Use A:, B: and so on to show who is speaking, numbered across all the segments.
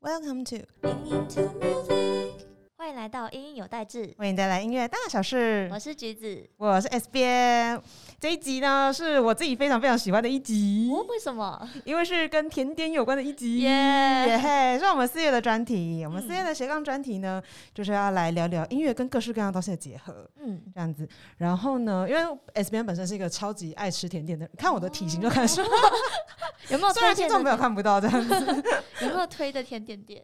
A: Welcome to，
B: 欢迎来到英英有代志，
A: 为你带来音乐大小事
B: 我。是橘子。
A: 我是 S 边，这一集呢是我自己非常非常喜欢的一集，
B: 哦，为什么？
A: 因为是跟甜点有关的一集。耶
B: 耶！
A: 嘿，是我们四月的专题。我们四月的斜杠专题呢，就是要来聊聊音乐跟各式各样的东西的结合，
B: 嗯，
A: 这样子。然后呢，因为 S 边本身是一个超级爱吃甜点的人，看我的体型就看得出来，
B: 有没有
A: 虽然听
B: 推荐
A: 众朋
B: 的？
A: 友看不到这样子。
B: 有没有推的甜点店？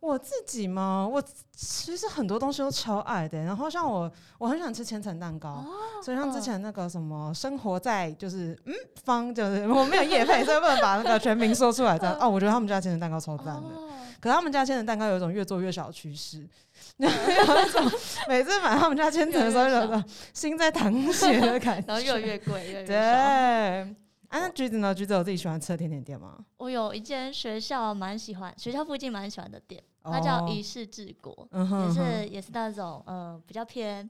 A: 我自己嘛，我其实很多东西都超爱的。欸然后像我，我很喜欢吃千层蛋糕，
B: 哦
A: 所以像之前那个什么生活在就是嗯方，就是 我没有夜配，所以不能把那个全名说出来。这样哦，我觉得他们家千层蛋糕超赞的。
B: 嗯哦，
A: 可是他们家千层蛋糕有一种越做越小的趋 势，有一种每次买他们家千层的时候，
B: 越来
A: 有
B: 越
A: 一种心在淌血的感
B: 然后 越来
A: 觉。
B: 越贵，越来
A: 对，
B: 越少。
A: 啊，那橘子呢？橘子有自己喜欢吃的甜点店吗？
B: 我有一间学校蛮喜欢，学校附近蛮喜欢的店，它叫
A: 哦
B: 一世治国，
A: 嗯哼
B: 也
A: 哼
B: 是也是那种呃比较偏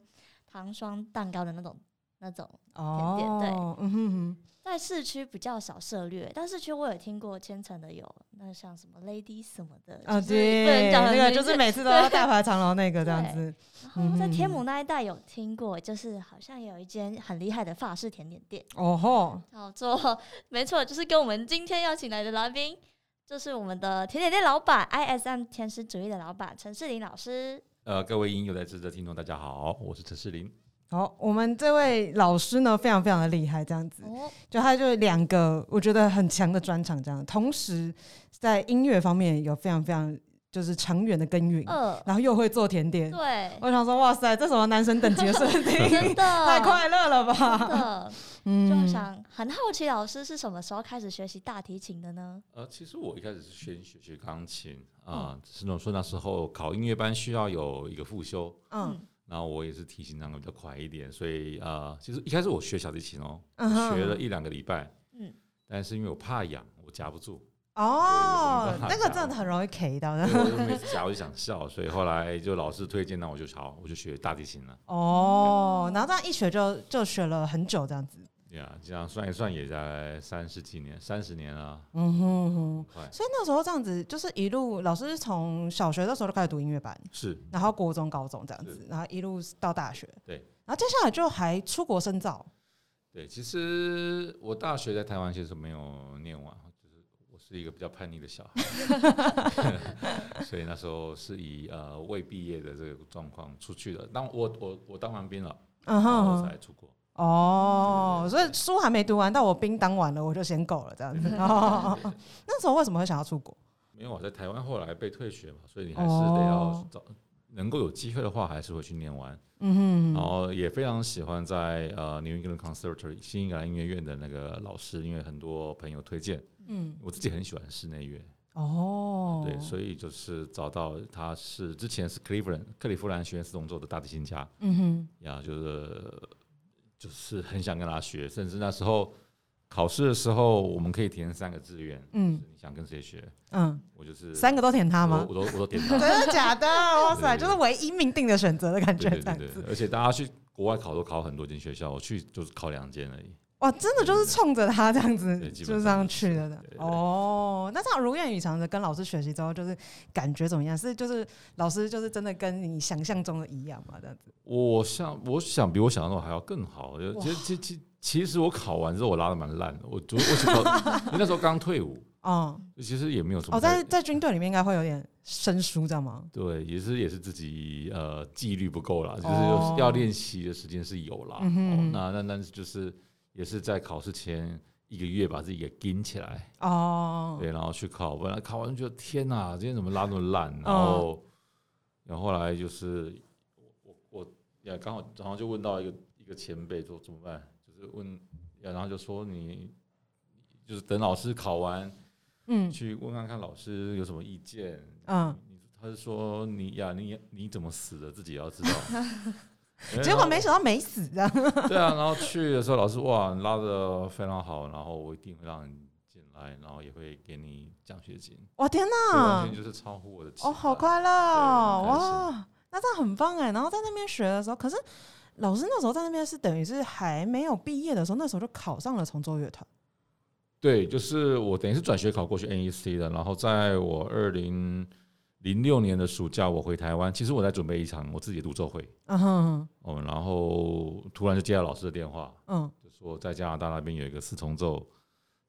B: 糖霜蛋糕的那种那种，
A: 哦，
B: 甜点对
A: 嗯哼哼。
B: 在市区比较少涉略，但市区我有听过千层的有，那像什么 Lady 什么的，
A: 啊，
B: 就是不能
A: 对，
B: 讲很
A: 那个
B: 明
A: 就是
B: 确
A: 每 次都要大排长龙那个这样子。
B: 然哦后在天
A: 嗯
B: 母那一带有听过，就是好像有一间很厉害的法式甜点店，
A: 哦吼，
B: 叫做没错，就是跟我们今天邀请来的来宾，就是我们的甜点店老板 ISM 甜食主义的老板陈世林老师。
C: 呃，各位音有在知的听众，大家好，我是陈世林。
A: 好，我们这位老师呢，非常非常的厉害，这样子，
B: 哦，
A: 就他就两个我觉得很强的专场，这样，同时在音乐方面有非常非常就是长远的耕耘，
B: 二
A: 然后又会做甜点。
B: 嗯呃对，
A: 我想说，哇塞，这什么男神等级的设
B: 真
A: 定？
B: 的
A: 哦 太快乐了
B: 真
A: 吧！
B: 的， 就
A: 嗯，
B: 想很好奇老师是什么时候开始学习大提琴的呢？
C: 呃，其实我一开始是先学学钢琴啊，
A: 嗯
C: 只是那种说那时候考音乐班需要有一个复修，
A: 嗯
C: 然后我也是提琴唱的比较快一点，所以呃，其实一开始我学小提琴哦，
A: 嗯哼
C: 学了一两个礼拜，
B: 嗯
C: 嗯，但是因为我怕痒，我夹不 住，
A: 哦，
C: 对
A: 那个真的很容易 K 到的
B: 嗯
C: 所以我就每次夹我就想笑，所以后来就老师推荐，那我就好，我就学大提琴了。
A: 哦。然后这样一学就就学了很久，这样子。
C: 呀、这样算一算也在三十几年，三十年啊，
A: 嗯哼嗯哼。
C: 快
A: 所以那时候这样子，就是一路老师是从小学的时候就开始读音乐班，
C: 是
A: 然后国中、高中这样子，然后一路到大学。
C: 对。
A: 然后接下来就还出国深造。
C: 对，其实我大学在台湾其实没有念完，就是我是一个比较叛逆的小 孩， 所以那时候是以呃未毕业的这个状况出去的。当我我我当完兵了，
A: 嗯
C: 然后我
A: 哼。
C: 才出国。
A: 哦，
C: 对
A: 所以书还没读完，到我兵当完了，我就先够了这样子。 哦，那时候为什么会想要出国？
C: 因为我在台湾后来被退学嘛，所以你还是得要
A: 哦
C: 找，能够有机会的话，还是会去念完。
A: 嗯
C: 然
A: 哼，
C: 后也非常喜欢在呃 New England Conservatory 新英格兰音乐院的那个老师，因为很多朋友推荐，
A: 嗯，
C: 我自己很喜欢室内乐。
A: 哦，
C: 啊对，所以就是找到他是之前是 Cleveland 克利夫兰学院斯隆州的大提琴家
A: 嗯哼，
C: 呀，就是就是很想跟他学，甚至那时候考试的时候，我们可以填三个志愿，
A: 嗯
C: 就是你想跟谁学，
A: 嗯，
C: 我就是
A: 三个都填他吗
C: 我？我都我都点 他，
A: 真的假的？哇塞，
C: 对对对
A: 就是唯一命定的选择的感觉
C: 对对
A: 这样
C: 对对
A: 子。
C: 对，而且大家去国外考都考很多间学校，我去就是考两间而已。
A: 哇，真的就是冲着他这样子，
C: 对基
A: 就
C: 本
A: 是这
C: 上
A: 样
C: 是
A: 去的的
C: 对对。对
A: 哦，那这样如愿以偿的跟老师学习之后，就是感觉怎么样？是就是老师就是真的跟你想象中的一样嘛？这样子。
C: 我想，我想比我想象中还要更好。就其实其其其实我考完之后我拉的蛮烂的，我我我只考 那时候刚退伍，
A: 哦
C: 其实也没有什么
A: 哦，
C: 太。
A: 在在军队里面应该会有点生疏，知道吗？
C: 对，也是也是自己呃纪律不够啦，就
A: 哦
C: 是要练习的时间是有啦。
A: 嗯哼
C: 哦、那那那就是也是在考试前一个月把自己给盯起来，
A: 哦，
C: 对，然后去考。本来考完就觉得天哪、今天怎么拉那么烂？然
A: 哦
C: 后、然后后来就是我我也刚好然后就问到一个一个前辈说怎么办，就是问，然后就说你就是等老师考完
A: 嗯
C: 去问看看老师有什么意见，
A: 嗯，
C: 你他是说你呀，你你怎么死的，自己也 要知道。哎
A: 结果没想到没死这样。
C: 然后对啊，然后去的时候，老师哇，你拉的非常好，然后我一定会让你进来，然后也会给你奖学金，
A: 哇天
C: 这完
A: 哪
C: 全！啊就是超乎我的期待。
A: 嗯哦，好快乐哦！
C: 对很开
A: 哇，那这样很棒哎。然后在那边学的时候，可是老师那时候在那边是等于是还没有毕业的时候，那时候就考上了重奏乐团。
C: E 对，就是我等于是转学考过去 NEC 的，然后在我二零零六年的暑假我回台湾，其实我在准备一场我自己的独奏会，
A: 嗯哼
C: 哦，然后突然就接到老师的电话，
A: 嗯
C: 就说在加拿大那边有一个四重奏，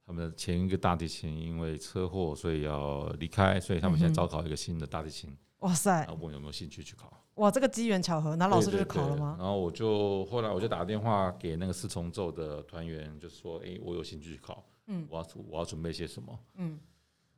C: 他们的前一个大提琴因为车祸，所以要离开，所以他们现在
A: 嗯哼
C: 招考一个新的大提琴，
A: 哇塞
C: 然后问我有没有兴趣去考。
A: 哇这个机缘巧合，那啊老师就
C: 对
A: 去
C: 对
A: 考了
C: 对
A: 吗？
C: 然后我就后来我就打电话给那个四重奏的团员，就说：“哎，我有兴趣去考，
A: 嗯
C: 我要我要准备些什么
A: 嗯？”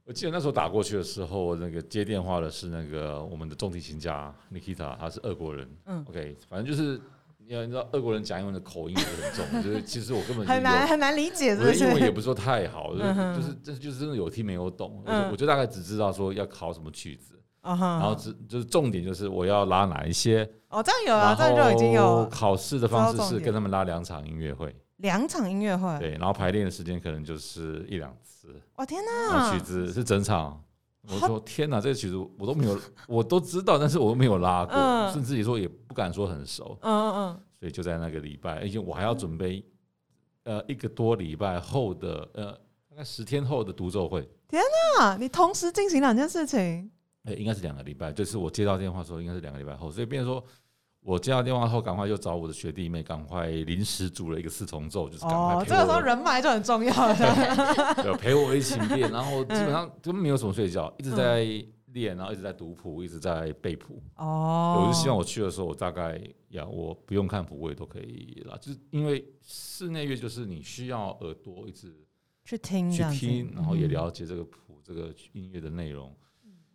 C: 我记得那时候打过去的时候，那个接电话的是那个我们的重提琴家 Nikita，他是俄国人。
A: 嗯
C: OK，反正就是你要你知道俄国人讲英文的口音也是很重，就是其实我根本
A: 很难
C: 是
A: 很难理解，
C: 有。
A: 是不
C: 我的英文也
A: 是？
C: 不是说太好，就是
A: 嗯哼
C: 就是这就是真的有听没有懂，我
A: 嗯
C: 就我就大概只知道说要考什么曲子，
A: 啊哈，
C: 然后只就是重点就是我要拉哪一些，
A: 哦这样有啊，
C: 然
A: 这样就已经
C: 后
A: 有
C: 考试的方
A: 知道
C: 式
A: 重
C: 是
A: 点
C: 跟他们拉两场音乐会，
A: 两场音乐会，
C: 对，然后排练的时间可能就是一两次，
A: 哇天
C: 然后
A: 哪
C: 曲！子是整场。我说天哪，这个曲子我都 没有，我都知道，但是我都没有拉
A: 嗯
C: 过，甚至于说也不敢说很熟，
A: 嗯嗯
C: 所以就在那个礼拜，而且我还要准备，呃，一个多礼拜后的，呃，大概十天后的独奏会，
A: 嗯，啊，你同时进行两件事情，
C: 哎，应该是两个礼拜，就是我接到电话说应该是两个礼拜后，所以变成说我接到电话后，赶快就找我的学弟妹，赶快临时组了一个四重奏，就是赶快
A: 哦，
C: 陪
A: 这个时候
C: 我
A: 人脉就很重要了。
C: 对陪我一起练，然后基本
A: 嗯
C: 上都没有什么睡觉，一直在练，然后一直在读谱，一直在背谱。
A: 哦，
C: 我就希望我去的时候，我大概呀，我不用看谱，我也都可以啦。就是因为室内乐就是你需要耳朵一直
A: 去听这
C: 去
A: 样子，
C: 听，然后也
A: 嗯
C: 了解这个谱、这个音乐的内容。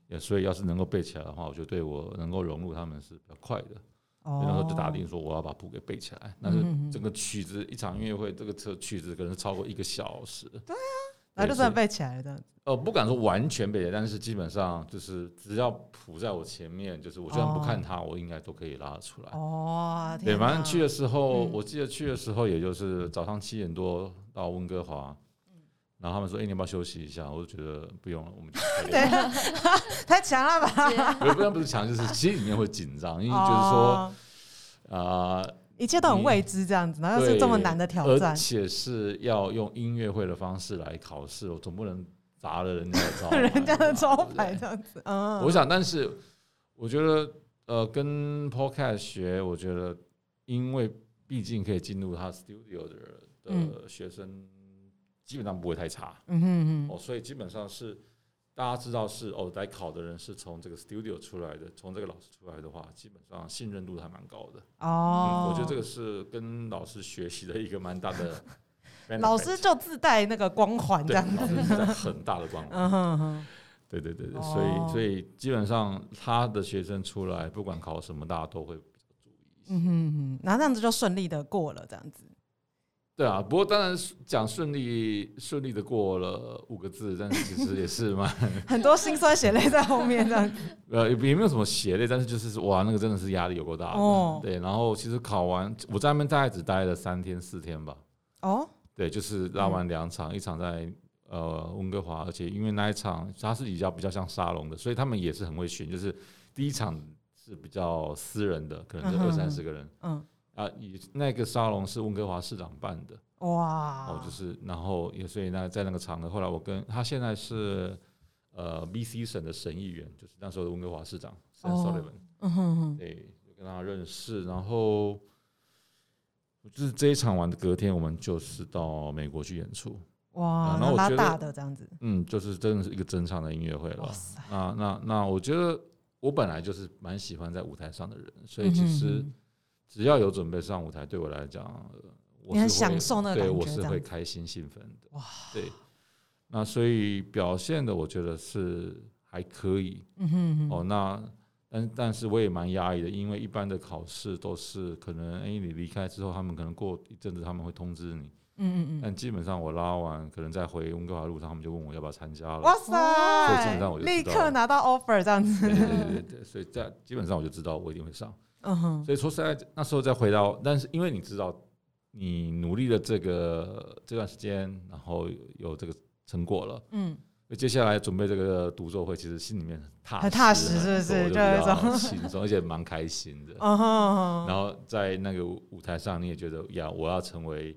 C: 也所以要是能够背起来的话，我觉得对我能够融入他们是比较快的。
A: 哦，
C: 然后就打定说我要把谱给背起来，但是
A: 嗯嗯嗯
C: 整个曲子一场音乐会，这个车曲子可能超过一个小时。对啊，
A: 然后就真的背起来了这样子。
C: 呃，不敢说完全背，但是基本上就是只要谱在我前面，就是我就算不看它，我应该都可以拉得出来。
A: 哦，
C: 对，
A: 天
C: 反正
A: 哪
C: 去的时候，
A: 嗯
C: 我记得去的时候也就是早上七点多到温哥华，
A: 嗯
C: 然后他们说：“哎、你要不要休息一下？”我就觉得不用了，我 们就可以
A: 对
C: 了。
A: 太强了吧？
C: 不不然不是强，就是心里面会紧张，因为就是说
A: 哦，
C: 啊、
A: 一切都很未知这样子，然后又
C: 对，
A: 是这么难的挑
C: 而
A: 战，
C: 且是要用音乐会的方式来考试，我总不能砸了人家的招牌，
A: 人家的招
C: 对不对啊
A: 牌这样子，嗯，
C: 我想，但是我觉得，呃，跟 podcast 学，我觉得，因为毕竟可以进入他 studio 的人的学生，基本上不会太差、
A: 嗯哼
C: 哦，
A: 哼，
C: 所以基本上是大家知道是哦，来考的人是从这个 studio 出来的，从这个老师出来的话，基本上信任度还蛮高的。
A: 哦，
C: 嗯我觉得这个是跟老师学习的一个蛮大 的 benefit。
A: 老师就自带那个光环这
C: 对
A: 样
C: 老
A: 子，
C: 师是在很大的光环。
A: 嗯哼哼，
C: 对对对对，所
A: 哦
C: 以所以基本上他的学生出来，不管考什么，大家都会。
A: 嗯哼哼，然后这样子就顺利的过了这样子，
C: 对啊，不过当然讲顺利顺利的过了五个字，但是其实也是蛮
A: 很多辛酸血泪在后面这样子，
C: 呃也也没有什么血泪，但是就是哇那个真的是压力有够大的。
A: 哦
C: 对，然后其实考完我在那边大概只待了三天四天吧。
A: 哦，
C: 对，就是拉完两场，一场在呃温哥华，而且因为那一场它是比较比较像沙龙的，所以他们也是很会选，就是第一场是比较私人的，可能
A: 嗯
C: 就
A: 哼
C: 二三十个人。
A: 嗯，
C: 啊，以那个沙龙是温哥华市长办的，哦
A: 哇，，
C: 就是然后也所以那在那个场合，后来我跟他现在是呃 BC 省的省议员，就是那时候的温哥华市长 Sam
A: 哦
C: Sullivan，、
A: 嗯哼哼，
C: 对，就跟他认识，然后就是这一场完的隔天，我们就是到美国去演出，
A: 哇，
C: 然后我
A: 拉
C: 觉得
A: 大的这样子，
C: 嗯，就是真的是一个整场的音乐会
A: 哇
C: 了。
A: 塞，
C: 那那那，我觉得我本来就是蛮喜欢在舞台上的人，所以其
A: 嗯
C: 实
A: 哼
C: 只要有准备上舞台，对我来讲，呃我
A: 你很
C: 是会
A: 享受那个
C: 对
A: 感
C: 我
A: 觉
C: 是
A: 这
C: 会
A: 样
C: 开心兴奋的。
A: 哇，
C: 对，那所以表现的我觉得是还可以、
A: 哼嗯哼哼，
C: 哦。那但但是我也蛮压抑的，因为一般的考试都是可能，哎，你离开之后，他们可能过一阵子他们会通知你，
A: 嗯嗯嗯，
C: 但基本上我拉完，可能在回温哥华路上，他们就问我要不要参加了。
A: 哇
C: 哎所以基
A: 塞
C: 本上我，就知道
A: 立刻拿到 offer 这样子，
C: 对 对对对对，所以在基本上我就知道我一定会上。
A: 嗯哼，
C: 所以说实在，那时候再回到，但是因为你知道，你努力的这个这段时间，然后有这个成果了，
A: 嗯，
C: 那接下来准备这个独奏会，其实心里面很踏实，
A: 很踏实是不是
C: 很多
A: 就有一
C: 就比
A: 种
C: 较轻松，而且蛮开心的。
A: 嗯哼，
C: 然后在那个舞舞台上，你也觉得呀，我要成为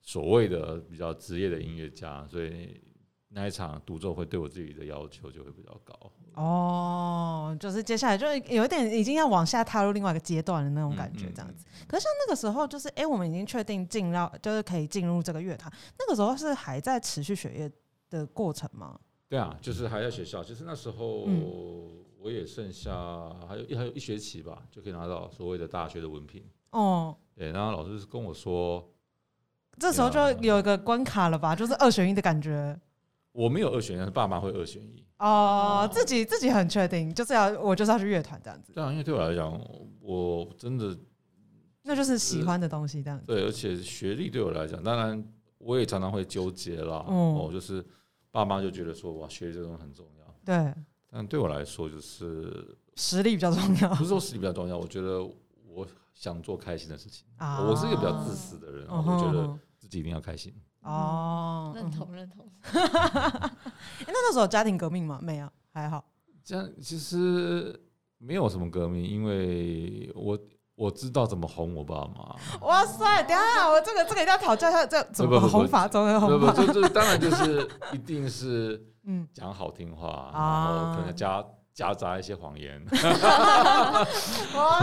C: 所谓的比较职业的音乐家，所以那一场独奏会对我自己的要求就会比较高。
A: 哦，嗯，就是接下来就有一点已经要往下踏入另外一个阶段的那种
C: 嗯
A: 感觉，这样子。可是像那个时候，就是哎、诶我们已经确定进到，就是可以进入这个乐团，那个时候是还在持续学业的过程吗？
C: 对啊，就是还在学校，就是那时候
A: 嗯
C: 我也剩下还有一还有一学期吧，就可以拿到所谓的大学的文凭。
A: 哦，
C: 对，然后老师是跟我说，
A: 这时候就有一啊个关卡了吧，就是二选一的感觉。
C: 我没有二选一，但是爸妈会二选一。
A: 哦
B: 哦，
A: 自己自己很确定，就是要我就是要去乐团这样子，
C: 对啊，因为对我来讲，我真的
A: 那就是喜欢的东西这样子。
C: 对，而且学历对我来讲，当然我也常常会纠结啦。
A: 嗯
C: 哦，就是爸妈就觉得说，哇，学历这种很重要，
A: 对，
C: 但对我来说，就是
A: 实力比较重要
C: 不是说实力比较重要，我觉得我想做开心的事情。
A: 啊。
C: 我是一个比较自私的人，我
A: 嗯哼，
C: 觉得
A: 嗯
C: 自己一定要开心。
A: 哼哦，
B: 认
A: 嗯哼。
B: 同认同。
A: 诶那那时候有家庭革命吗？没有，还好。
C: 这样其实没有什么革命，因为我我知道怎么哄我爸 妈。
A: 哇塞，等一下我这个这个一定要讨教一下，这怎么
C: 不不不
A: 红法，怎么
C: 不
A: 红
C: 不，
A: 法？
C: 这这当然就是一定是
A: 哦嗯，
C: 讲好听话，
A: 啊
C: 然后可能加夹杂一些谎言。
A: 哇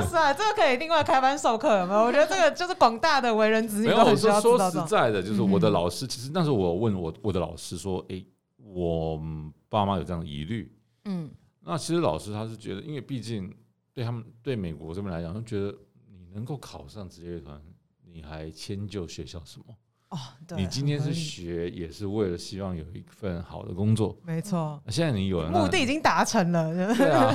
A: 塞，哦啊这个可以另外开班授课有没有？我觉得这个就是广大的为人子女
C: 没有，
A: 都
C: 我
A: 很需
C: 说
A: 要知
C: 说
A: 道
C: 实
A: 这种。
C: 在的，就是我的
A: 嗯
C: 老师，其实那时候我问我我的老师说，诶，我嗯爸妈有这样的疑虑。
A: 嗯，
C: 那其实老师他是觉得，因为毕竟对他们对美国这边来讲，他觉得你能够考上职业乐团，你还迁就学校什么？
A: 哦，对，
C: 你今天
A: 很合
C: 是
A: 理
C: 学，也是为了希望有一份好的工作。
A: 没错，
C: 那现在你有了那
A: 目的已经达成了，
C: 对啊，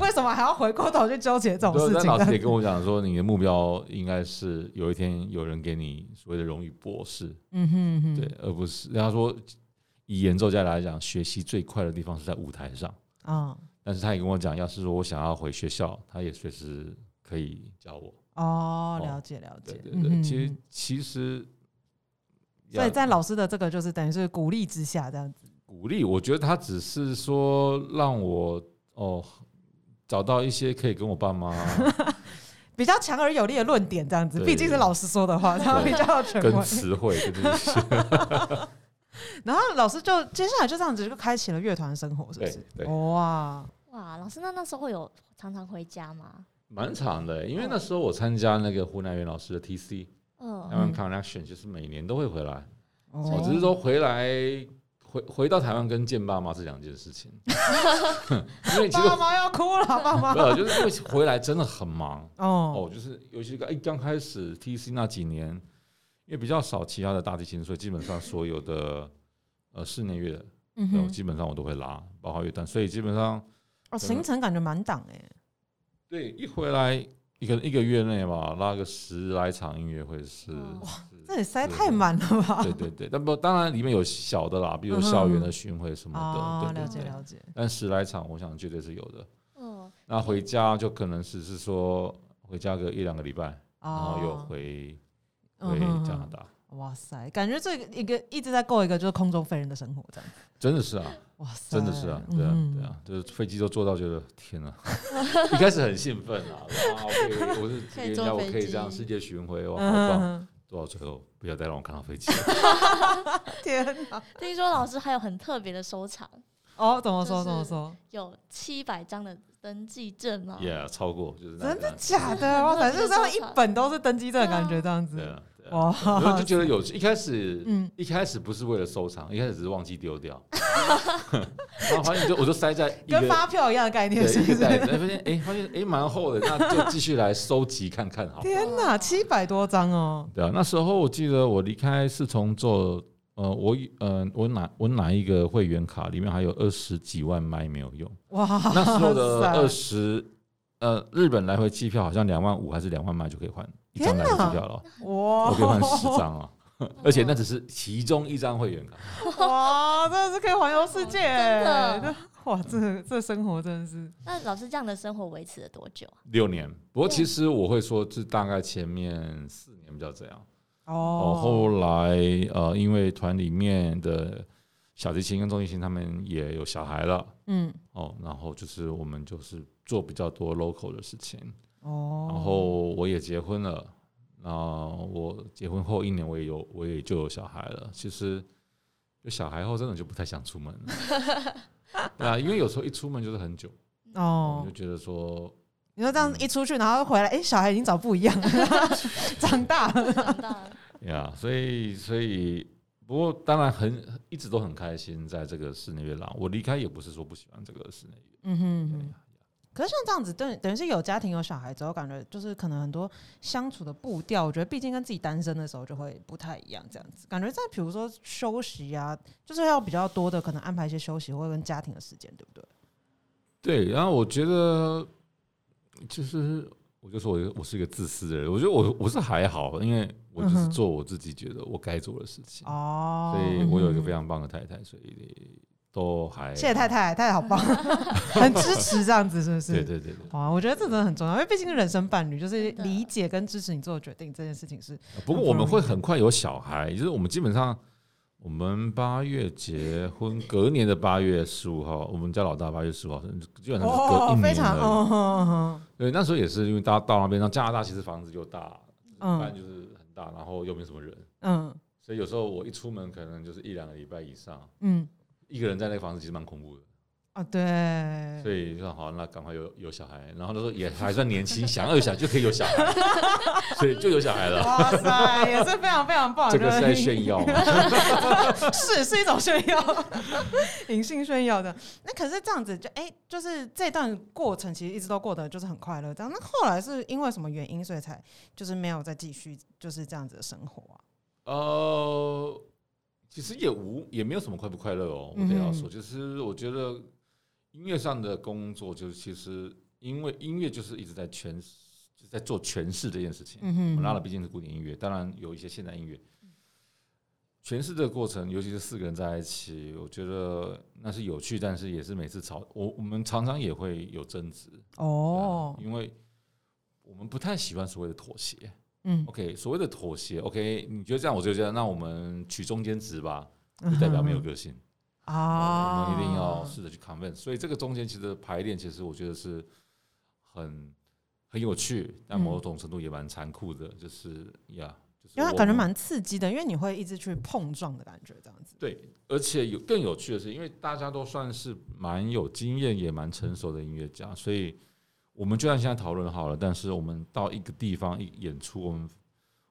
A: 为什么还要回过头去纠结这种
C: 对，
A: 事
C: 但
A: 情
C: 老师也
A: 呢？
C: 跟我讲说，你的目标应该是有一天有人给你所谓的荣誉博士，
A: 嗯哼嗯哼，
C: 对，而不是他说以演奏家来讲，学习最快的地方是在舞台上。
A: 啊、
C: 但是他也跟我讲，要是说我想要回学校，他也随时可以教我。
A: 哦，
C: 哦
A: 了解了解，
C: 对对
A: 嗯
C: 对，
A: 哼
C: 其实
A: 嗯
C: 其实
A: 哼所以在老师的这个就是等于是鼓励之下这样子，
C: 鼓励，我觉得他只是说让我哦找到一些可以跟我 爸妈
A: 比较强而有力的论点这样子，
C: 对
A: 毕竟是老师说的话，他比较有权
C: 跟
A: 威。
C: 词汇，对 对对
A: 然后老师就接下来就这样子就开启了乐团生活，是不是？
C: 对对
A: 哇，
B: 哇，老师，那那时候有常常回家吗？
C: 蛮长的。因为那时候我参加那个湖南袁老师的 TC 台
B: 嗯，
C: 湾 Connection，就是每年都会回来。
B: 所
C: 我
A: 哦
B: 以
C: 只是说回来回回到台湾跟见爸妈是两件事 情，因为其实
A: 爸妈要哭了，爸妈
C: 没有，就是因为回来真的很忙
A: 哦
C: 哦，就是尤其是刚一刚开始 TC 那几年，因为比较少其他的大提琴，所以基本上所有的呃室内乐，
A: 嗯
C: 然后
A: 哼，
C: 基本上我都会拉，包括乐段，所以基本上
A: 哦，行程感觉满档哎，
C: 对一回来。一个一个月内嘛，拉个十来场音乐会是，
B: 哇
C: 是
A: 这也塞太。满了吧？
C: 是对对对，但不当然里面有小的啦，比如
A: 嗯哼
C: 校园的巡回什么的，
A: 哦，
C: 对
A: 了
C: 对
A: 解
C: 对。
A: 了解，
C: 但十来场，我想绝对是有的。
B: 嗯，
C: 那回家就可能只是说回家个一两个礼拜，然
A: 哦
C: 后，又回
A: 嗯
C: 回
A: 哼
C: 加拿
A: 哼
C: 大，
A: 哇塞，感觉这个一个一直在过一个就是空中飞人的生活这样。
C: 真的是啊，
A: 哇塞，
C: 真的是啊，对啊
A: 哎嗯，
C: 对啊，就是飞机都坐到觉得天 哪，一开始很兴奋啊，哇，我可以我是
B: 可以
C: 人
B: 坐
C: 家我
B: 飞
C: 可以
B: 机
C: 这样世界巡回，哇，好棒！
A: 嗯，
C: 坐到最后不要再让我看到飞机了，
A: 天哪！
B: 听说老师还有很特别的收藏，
A: 哦，怎么
B: 就
A: 说
B: 是
A: 怎么说？
B: 有七百张的登记证吗？
C: ，yeah，超过就是那
A: 真的
C: 那
A: 假的？哇塞，
B: 特
A: 就是
B: 别
A: 这样
B: 收
A: 一
B: 藏
A: 本都是登机证的感觉
B: 对啊
A: 这样
C: 对
A: 子。
C: 啊，对啊，然后
A: 哇
C: 就，觉得有趣，一开始
A: 哦嗯，
C: 一开始不是为了收藏，一开始只是忘记丢 掉， 然后发现就我就塞在一
A: 跟
C: 个
A: 发票一样的概念
C: 对，
A: 是
C: 一
A: 不
C: 个袋子，
A: 是？
C: 哎发现哎发现哎蛮厚的，那就继续来收集看看好。
A: 天哪，七百多张哦！
C: 对啊，那时候我记得我离开四重奏，呃，我呃我哪我哪一个会员卡里面还有二十几万麦没有 用，
A: 哇，
C: 那时候的二
A: 塞
C: 十呃日本来回机票好像两万五还是两万麦就可以换一张
A: 天
C: 来
A: 哪
C: 回机票了，
A: 哇，
C: 我可以换十张 啊。而且那只是其中一张会员卡，
A: 哇，真的是可以环游世界，
B: 真的
A: 哇，这这生活真的是
B: 那老师这样的生活维持了多久啊？
C: 六年。不过其实我会说，这大概前面四年比较这样。哦，
A: 哦，
C: 后来呃，因为团里面的小提琴跟中提琴他们也有小孩了，
A: 嗯，
C: 哦，然后就是我们就是做比较多 local 的事情，
A: 哦，
C: 然后我也结婚了，那我结婚后一年我也有我也就有小孩了，其实 有小孩后真的就不太想出门了，对啊，因为有时候一出门就是很久，我
A: 哦
C: 们就，觉得说，
A: 你说这样一出去，然后回来，哎、小孩已经长不一样了， 长大了。
B: 长大了，
C: 呀、所以所以不过当然很一直都很开心，在这个室内乐廊，我离开也不是说不喜欢这个室内乐，
A: 嗯哼
C: 对
A: 哼。可是像这样子，对，等于是有家庭有小孩之后，感觉就是可能很多相处的步调，我觉得毕竟跟自己单身的时候就会不太一样，这样子感觉在比如说休息啊，就是要比较多的可能安排一些休息或者跟家庭的时间，对不对？
C: 对，然后我觉得就是我就说我我是一个自私的人，我觉得我我是还好，因为我就
A: 嗯
C: 是
A: 哼
C: 做我自己觉得我该做的事情，
A: 哦，
C: 所以我有一个非
A: 嗯
C: 常棒的太太，所以都还
A: 哼谢谢太太，太太好棒， 很支持这样子，是不是？
C: 对对对对，
A: 哇，我觉得这真的很重要，因为毕竟是人生伴侣，就是
B: 真的
A: 理解跟支持你做的决定这件事情是
C: 不过我们会很快有小孩，就是我们基本上我们八月结婚，隔年的八月十五号，我们家老大八月十五号生日，基本上是隔一
A: 非
C: 年
A: 常
C: 了。
A: 哦哼哼
C: 对，那时候也是因为大家到那边，像加拿大其实房子又大，
A: 嗯
C: 反正就是很大，然后又没什么人，
A: 嗯
C: 所以有时候我一出门可能就是一两个礼拜以上，
A: 嗯
C: 一个人在那个房子其实蛮恐怖的。
A: 啊，对，
C: 所以就好，那赶快有有小孩，然后那时候也还算年轻，想要有小孩就可以有小孩， 所以就有小孩了。
A: 哇塞，也是非常非常棒，
C: 这个是在
A: 对
C: 炫耀吗？
A: 是是一种炫耀， 隐性炫耀的。那可是这样子就，哎，就是这段过程其实一直都过得就是很快乐。这样，那后来是因为什么原因，所以才就是没有再继续就是这样子的生活啊？
C: 呃，其实也无也没有什么快不快乐哦，我得要说，
A: 嗯
C: 就是我觉得音乐上的工作，就是其实因为音乐就是一直在诠释，就是在做诠释这件事情。
A: 嗯哼
C: 我拉的毕竟是古典音乐，当然有一些现代音乐。诠释的过程，尤其是四个人在一起，我觉得那是有趣，但是也是每次吵，我我们常常也会有争执
A: 哦
C: 对啊，因为我们不太喜欢所谓的妥协。
A: 嗯，
C: OK，所谓的妥协，OK，你觉得这样，我就觉得那我们取中间值吧，就代表没有个性
A: 嗯啊，
C: 我哦们一定要试着去 convince。所以这个中间其实排练，其实我觉得是很很有趣，但某种程度也蛮残酷的，就是呀，就是
A: 因为它
C: 我
A: 感觉
C: 们
A: 蛮刺激的，因为你会一直去碰撞的感觉，这样子。
C: 对，而且有更有趣的是，因为大家都算是蛮有经验，也蛮成熟的音乐家，所以我们就算现在讨论好了，但是我们到一个地方一演出，我们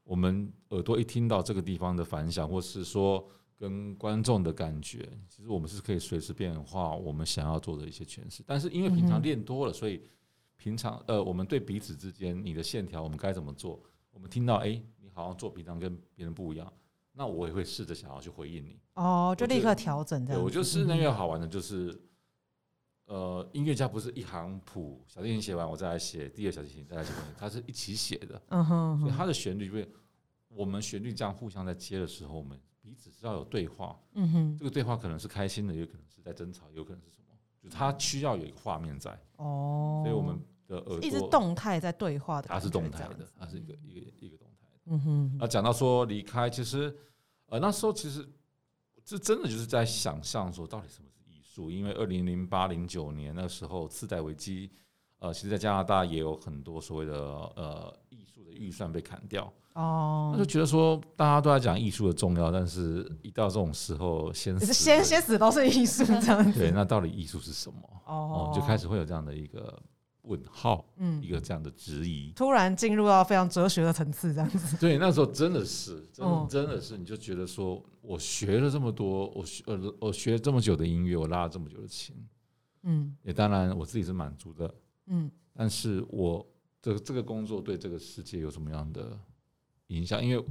C: 我们耳朵一听到这个地方的反响，或是说跟观众的感觉，其实我们是可以随时变化我们想要做的一些诠释。但是因为
A: 嗯
C: 平
A: 哼
C: 常练多了，所以平常呃，我们对彼此之间你的线条，我们该怎么做，我们听到哎、诶你好像做平常跟别人不一样，那我也会试着想要去回应你。
A: 哦，就
C: 我觉
A: 立刻
C: 得
A: 调整这
C: 对，
A: 样子。
C: 我觉得室内
A: 嗯
C: 乐好玩的就是，呃，音乐家不是一行谱，小提琴写完我再来写，第二小提琴再来写，它是一起写的，
A: 嗯哼
C: 所
A: 嗯
C: 以
A: 哼，
C: 它的旋律会，我们旋律这样互相在接的时候，我们彼此是要有对话，
A: 嗯哼，
C: 这个对话可能是开心的，也可能是在争吵，也有可能是什么，就它需要有一个画面在，
A: 哦，
C: 所以我们的耳朵
A: 一直，动态在对话的，
C: 它是动态的，，它是一个一个一个动态。
A: 嗯哼，
C: 啊，讲到说离开，其实呃那时候其实这真的就是在想象说到底什么是艺术，因为二零零八零九年那时候次贷危机，呃，其实在加拿大也有很多所谓的呃艺术的预算被砍掉，
A: 哦
C: 那就，觉得说大家都在讲艺术的重要，但是一到这种时候先
A: 就是
C: 死
A: 先
C: 的
A: 先死都是艺 术这样子，
C: 对，那到底艺术是什么？
A: 哦
C: 哦，就开，始会有这样的一个问号，
A: 嗯
C: 一，个这样的质疑。
A: 突然进入到非常哲学的层次这样子，
C: 对，那时候真的是，真的、
A: 嗯
C: 真的是，你就觉得说，我学了这么多，我学呃我学了这么久的音乐，我拉了这么久的琴，
A: 嗯
C: 也当然我自己是满足的，
A: 嗯
C: 但是我这这个工作对这个世界有什么样的影响？因为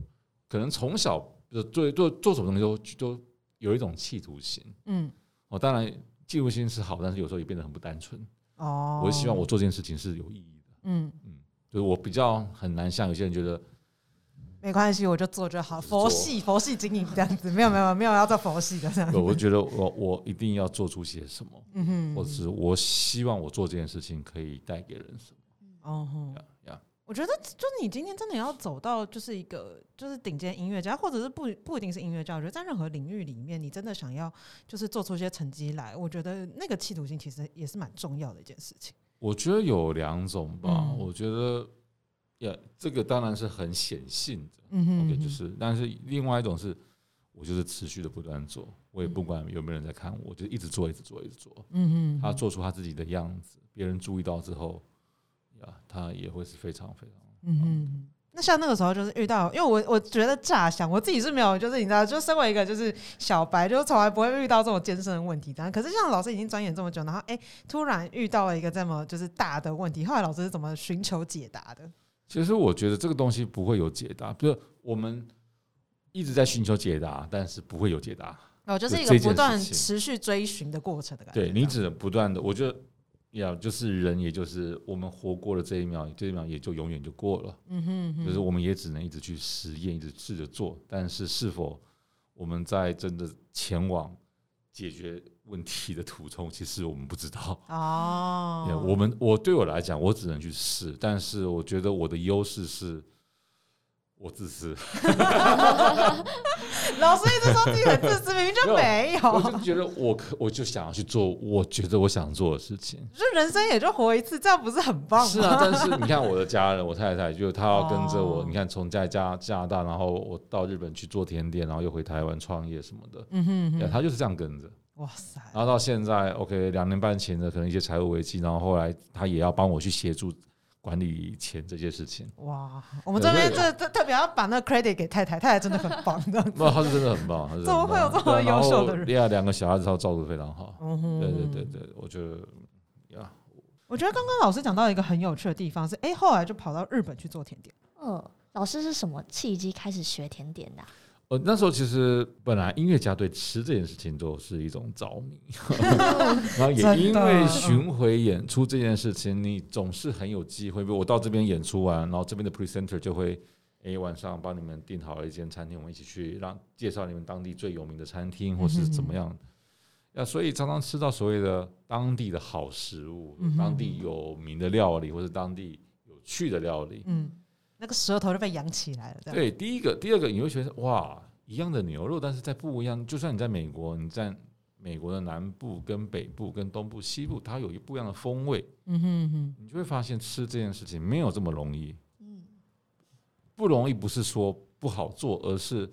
C: 可能从小呃做做做什么东西都都有一种企图心，
A: 嗯，
C: 哦，当然企图心是好，但是有时候也变得很不单纯。
A: 哦，
C: 我希望我，做这件事情是有意义的，
A: 嗯，
C: 就是我比较很难像有些人觉得
A: 没关系，我就做就好，
C: 就是做
A: 佛系佛系经营这样子，没有没有没有要做佛系的这样
C: 对，
A: 子，
C: 我觉得我我一定要做出些什么，
A: 嗯哼，
C: 或者是我希望我做这件事情可以带给人什么
A: 哦吼
C: 呀呀。
A: 我觉得，就你今天真的要走到就是一个就是顶尖音乐家，或者是不不一定是音乐家，我觉得在任何领域里面，你真的想要就是做出一些成绩来，我觉得那个企图心其实也是蛮重要的一件事情。
C: 我觉得有两种吧，
A: 嗯
C: 我觉得呀，这个当然是很显性的
A: 嗯哼
C: ，OK，就是，但是另外一种是我就是持续的不断做，我也不管有没有人在看我，就一直做，一直做，一直做。
D: 嗯
C: 他
D: 嗯，
C: 做出他自己的样子，别人注意到之后，呀，他也会是非常非常。
D: 嗯嗯，
A: 那像那个时候就是遇到，因为我我觉得乍想我自己是没有，就是你知道，就身为一个就是小白，就是从来不会遇到这种艰深的问题。但可是像老师已经钻研这么久，然后哎、突然遇到了一个这么就是大的问题，后来老师是怎么寻求解答的？
C: 其实我觉得这个东西不会有解答，就是我们一直在寻求解答，但是不会有解答。
A: 哦，就是一
C: 这
A: 个
C: 件
A: 不断
C: 事情
A: 持续追寻的过程的感觉。
C: 对你只能不断的，我觉得呀，就是人，也就是我们活过了这一秒，这一秒也就永远就过了。
D: 嗯哼哼，
C: 就是我们也只能一直去实验，一直试着做，但是是否我们在真的前往解决问题的途中，其实我们不知道。
A: 嗯哦
C: Yeah，我们我对我来讲，我只能去试，但是我觉得我的优势是，我自私，
A: 老师一直说自己很自私，明明就没有，
C: 我就觉得我可我就想要去做我觉得我想做的事情。
A: 就人生也就活一次，这样不是很棒吗？
C: 是啊，但 是你看我的家人，我太太就她要跟着我，
A: 哦
C: 你看从在加加拿大，然后我到日本去做甜点，然后又回台湾创业什么的，
D: 嗯哼
C: 对，
D: 哼，
C: 她就是这样跟着。
A: 哇塞，
C: 然后到现在，OK，两年半前的可能一些财务危机，然后后来她也要帮我去协助管理钱这些 事情。
A: 哇，我们这边这这特别要把那个 credit 给太太，太太真的很棒 的。
C: 不，他是真的很棒，啊他是
A: 怎么会有这么优秀的人
C: 第二两个小孩子他照顾得非常好，
A: 嗯哼
C: 对对对对，我觉得呀，
A: 我觉得刚刚老师讲到一个很有趣的地方是，哎、后来就跑到日本去做甜点。
B: 嗯，老师是什么契机开始学甜点的啊、
C: 呃，那时候其实本来音乐家对吃这件事情就是一种着迷，然后也
A: 真
C: 因
A: 的
C: 为巡回演出这件事情，你总是很有机会。比如我到这边演出完，然后这边的 presenter 就会，诶，晚上帮你们订好了一间餐厅，我们一起去让介绍你们当地最有名的餐厅，或
A: 嗯
C: 是怎么样。那所以常常吃到所谓的当地的好食物，
A: 嗯
C: 当地有名的料理，或是当地有趣的料理。
A: 嗯，那个舌头就被扬起来了，这样。
C: 对，第一个，第二个，你会觉得哇，一样的牛肉，但是在不一样。就算你在美国，你在美国的南部、跟北部、跟东部、西部，它有一不一样的风味，
D: 嗯哼哼，
C: 你就会发现吃这件事情没有这么容易。
B: 嗯，
C: 不容易不是说不好做，而是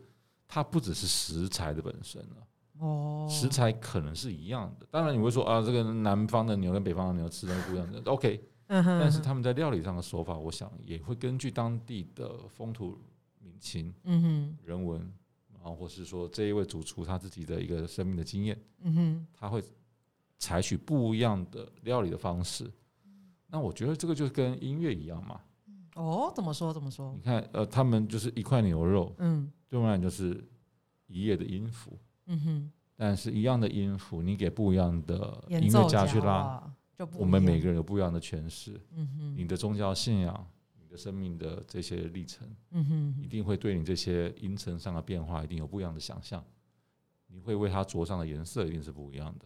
C: 它不只是食材的本身了。
A: 哦，
C: 食材可能是一样的，当然你会说啊，这个南方的牛跟北方的牛吃的不一样的，OK。
A: 嗯哼
C: 但是他们在料理上的手法，我想也会根据当地的风土民情
D: 嗯哼，
C: 人文，然后或是说这一位主厨他自己的一个生命的经验，
D: 嗯哼，
C: 他会采取不一样的料理的方式。那我觉得这个就跟音乐一样嘛，
A: 哦，怎么说怎么说
C: 你？看，呃，他们就是一块牛肉，
D: 嗯
C: 对我们来讲就是一夜的音符，
D: 嗯哼，
C: 但是一样的音符，你给不一样的
A: 演
C: 呃音
A: 奏
C: 乐家去拉，
A: 哇，就不一样
C: 我们每个人有不一样的诠释，
D: 嗯哼，
C: 你的宗教信仰。你的生命的这些历程，
D: 嗯
C: 一
D: 哼，
C: 定会对你这些音程上的变化，一定有不一样的想象。你会为它着上的颜色一定是不一样的。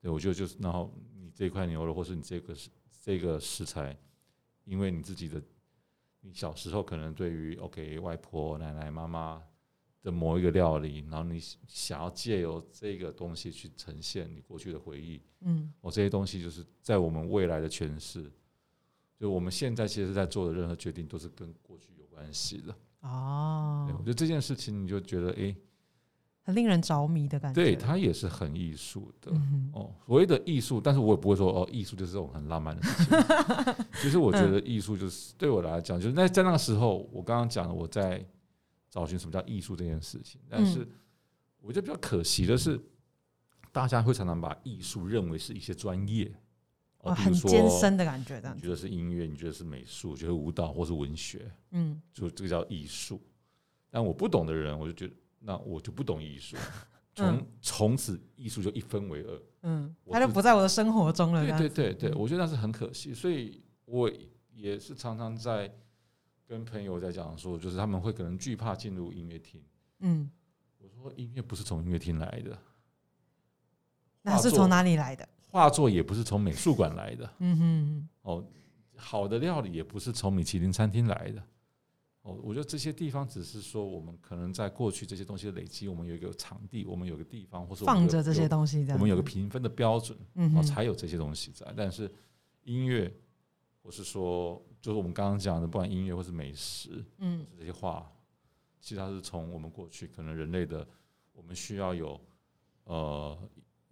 C: 对，我觉得就是，然后你这块牛肉，或是你这个食这个食材，因为你自己的，你小时候可能对于 OK 外婆、奶奶、妈妈的某一个料理，然后你想要借由这个东西去呈现你过去的回忆，
D: 嗯
C: 哦，这些东西就是在我们未来的诠释。就我们现在其实在做的任何决定，都是跟过去有关系的。
A: 哦
C: 对，我，觉得这件事情，你就觉得，诶，
A: 很令人着迷的感觉。
C: 对，它也是很艺术的。
D: 嗯哼，
C: 哦，所谓的艺术，但是我也不会说哦，艺术就是这种很浪漫的事情。 其实我觉
A: 嗯
C: 得艺术就是对我来讲，就是那在那个时候，我刚刚讲了我在找寻什么叫艺术这件事情，但
A: 嗯
C: 是我觉得比较可惜的是，大家会常常把艺术认为是一些专业，
A: 哇，
C: 哦，比
A: 很
C: 如说
A: 艰深的感觉，这样
C: 你
A: 子。
C: 觉得是音乐，你觉得是美术，觉得舞蹈或是文学，
D: 嗯
C: 就这个叫艺术。但我不懂的人，我就觉得那我就不懂艺 术，从从此艺术就一分为二。
A: 嗯，
C: 我
A: 他就
C: 自
A: 不在我的生活中了，这样
C: 对对
A: 子。
C: 对对，
A: 嗯
C: 我觉得那是很可惜，所以我也是常常在跟朋友在讲说，就是他们会可能惧怕进入音乐厅。
D: 嗯
C: 我说音乐不是从音乐厅来的，
A: 那是
C: 画作
A: 从哪里来的？
C: 画作也不是从美术馆来的，
D: 嗯哼，
C: 哦，好的料理也不是从米其林餐厅来的。哦，我觉得这些地方只是说，我们可能在过去这些东西的累积，我们有一个场地，我们有个地方，或是我们
A: 放
C: 有
A: 着这些
C: 有
A: 东西，啊这样子。
C: 我们有个评分的标准，
D: 嗯
C: 然后
D: 哼，
C: 才有这些东西在。但是音乐，或是说，就是我们刚刚讲的，不管音乐或是美食，
D: 嗯
C: 这些话，其实它是从我们过去可能人类的，我们需要有呃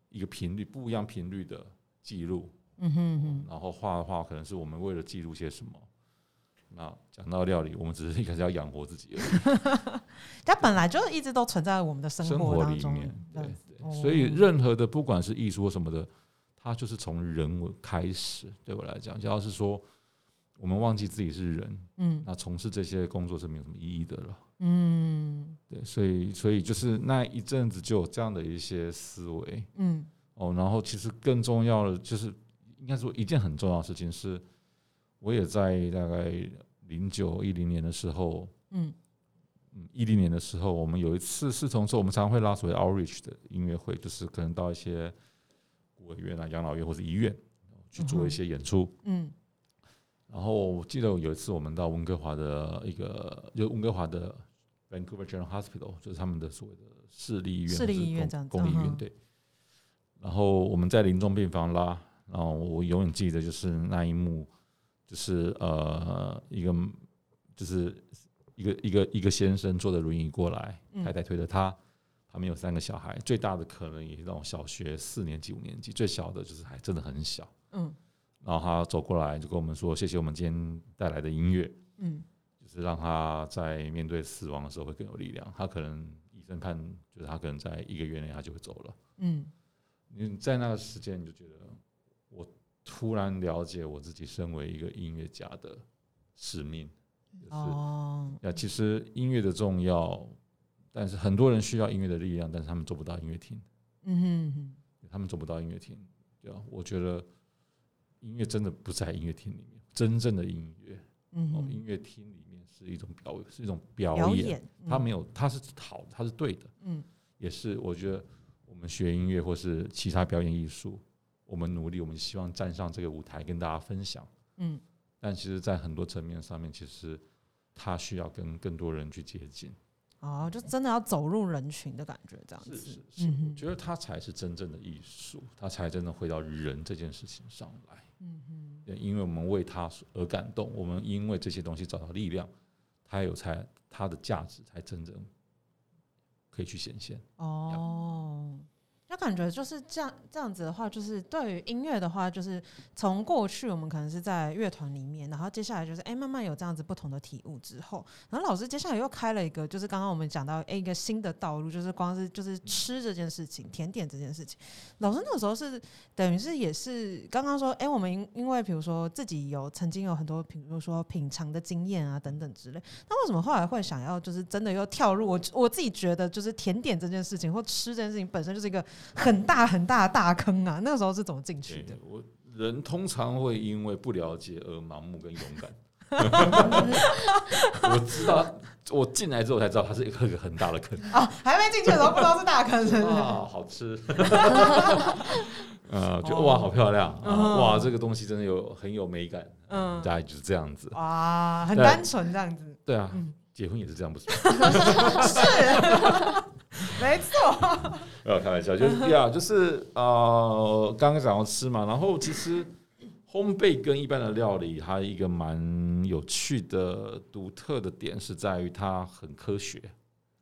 C: 一个频率不一样频率的记录，
D: 嗯哼哼，
C: 然后画的话，可能是我们为了记录些什么。那讲到料理，我们只是一开始要养活自己而已
A: 它本来就一直都存在我们的生
C: 生
A: 活
C: 活
A: 当
C: 里
A: 中
C: 面，，
A: 这
C: 对
A: 样子
C: 对，所以
A: 哦
C: 任何的不管是艺术或什么的，它就是从人为开始。对我来讲，只要是说我们忘记自己是人，
D: 嗯
C: 那从事这些工作是没有什么意义的了。
D: 嗯
C: 对，所以所以就是那一阵子就有这样的一些思维
D: 嗯
C: 哦。然后其实更重要的就是，应该说一件很重要的事情是，我也在大概零九一零年的时候，
D: 嗯
C: 嗯，一零年的时候，我们有一次是从说我们常会拉所谓 outreach 的音乐会，就是可能到一些孤儿院啊、养老院或者医院去做一些演出。
D: 嗯
C: 然后我记得有一次我们到温哥华的一个，就温哥华的 Vancouver General Hospital，就是他们的所谓的市立医院、
A: 市立医院
C: 或是
A: 这样子
C: 公公立医
A: 嗯
C: 院
A: 哼
C: 对。然后我们在临终病房拉，然后我永远记得就是那一幕，就是呃一个就是一个一个一个先生坐着轮椅过来，
D: 嗯
C: 太太推着他，旁边有三个小孩，最大的可能也是那种小学四年级、五年级，最小的就是还真的很小。
D: 嗯
C: 然后他走过来就跟我们说：“谢谢我们今天带来的音乐，
D: 嗯
C: 就是让他在面对死亡的时候会更有力量。他可能医生看，就是他可能在一个月内他就会走了。
D: 嗯
C: 你在那个时间，你就觉得我突然了解我自己身为一个音乐家的使命，就是
A: 哦，
C: 呀，其实音乐的重要，但是很多人需要音乐的力量，但是他们做不到音乐厅。”
D: 嗯
C: 他们走不到音乐厅，对啊，我觉得音乐真的不在音乐厅里面，真正的音乐，哦，音
D: 嗯
C: 乐厅里面是一种表，是一种表演，
A: 表演，嗯
C: 它没有，它是好，它是对的，
D: 嗯
C: 也是我觉得我们学音乐或是其他表演艺术，我们努力，我们希望站上这个舞台跟大家分享，
D: 嗯
C: 但其实，在很多层面上面，其实它需要跟更多人去接近，
A: 哦，就真的要走入人群的感觉，这样
C: 是是
A: 子。
C: 是，
D: 嗯哼
C: 我觉得它才是真正的艺术，它才真的回到人这件事情上来。
D: 嗯
C: 也因为我们为他所而感动，我们因为这些东西找到力量，它有才它的价值才真正可以去显现。
A: 哦，那感觉就是这样，这样子的话，就是对于音乐的话，就是从过去我们可能是在乐团里面，然后接下来就是哎、慢慢有这样子不同的体悟之后，然后老师接下来又开了一个，就是刚刚我们讲到、哎一个新的道路，就是光是就是吃这件事情，甜点这件事情，老师那时候是等于是也是刚刚说，哎、我们因因为比如说自己有曾经有很多，比如说品尝的经验啊等等之类。那为什么后来会想要就是真的又跳入我我自己觉得就是甜点这件事情或吃这件事情本身就是一个很大很大的大坑啊？那时候是怎么进去的？
C: 我人通常会因为不了解而盲目跟勇 敢。我知道，我进来之后才知道它是一个很大的坑
A: 啊，还没进去的时候不知道是大 坑，是不是？
C: 啊，好吃。呃，就哇，好漂亮
A: 嗯哼
C: 啊！哇，这个东西真的有很有美感，
A: 嗯
C: 大概就是这样子。
A: 哇，很
C: 对
A: 单纯这样子，
C: 对啊
D: 嗯，
C: 结婚也是这样，不是吗？
A: 没错。
C: 没有开玩笑，就是呀，就是呃，刚刚讲到吃嘛，然后其实烘焙跟一般的料理，它一个蛮有趣的、独特的点是在于它很科学。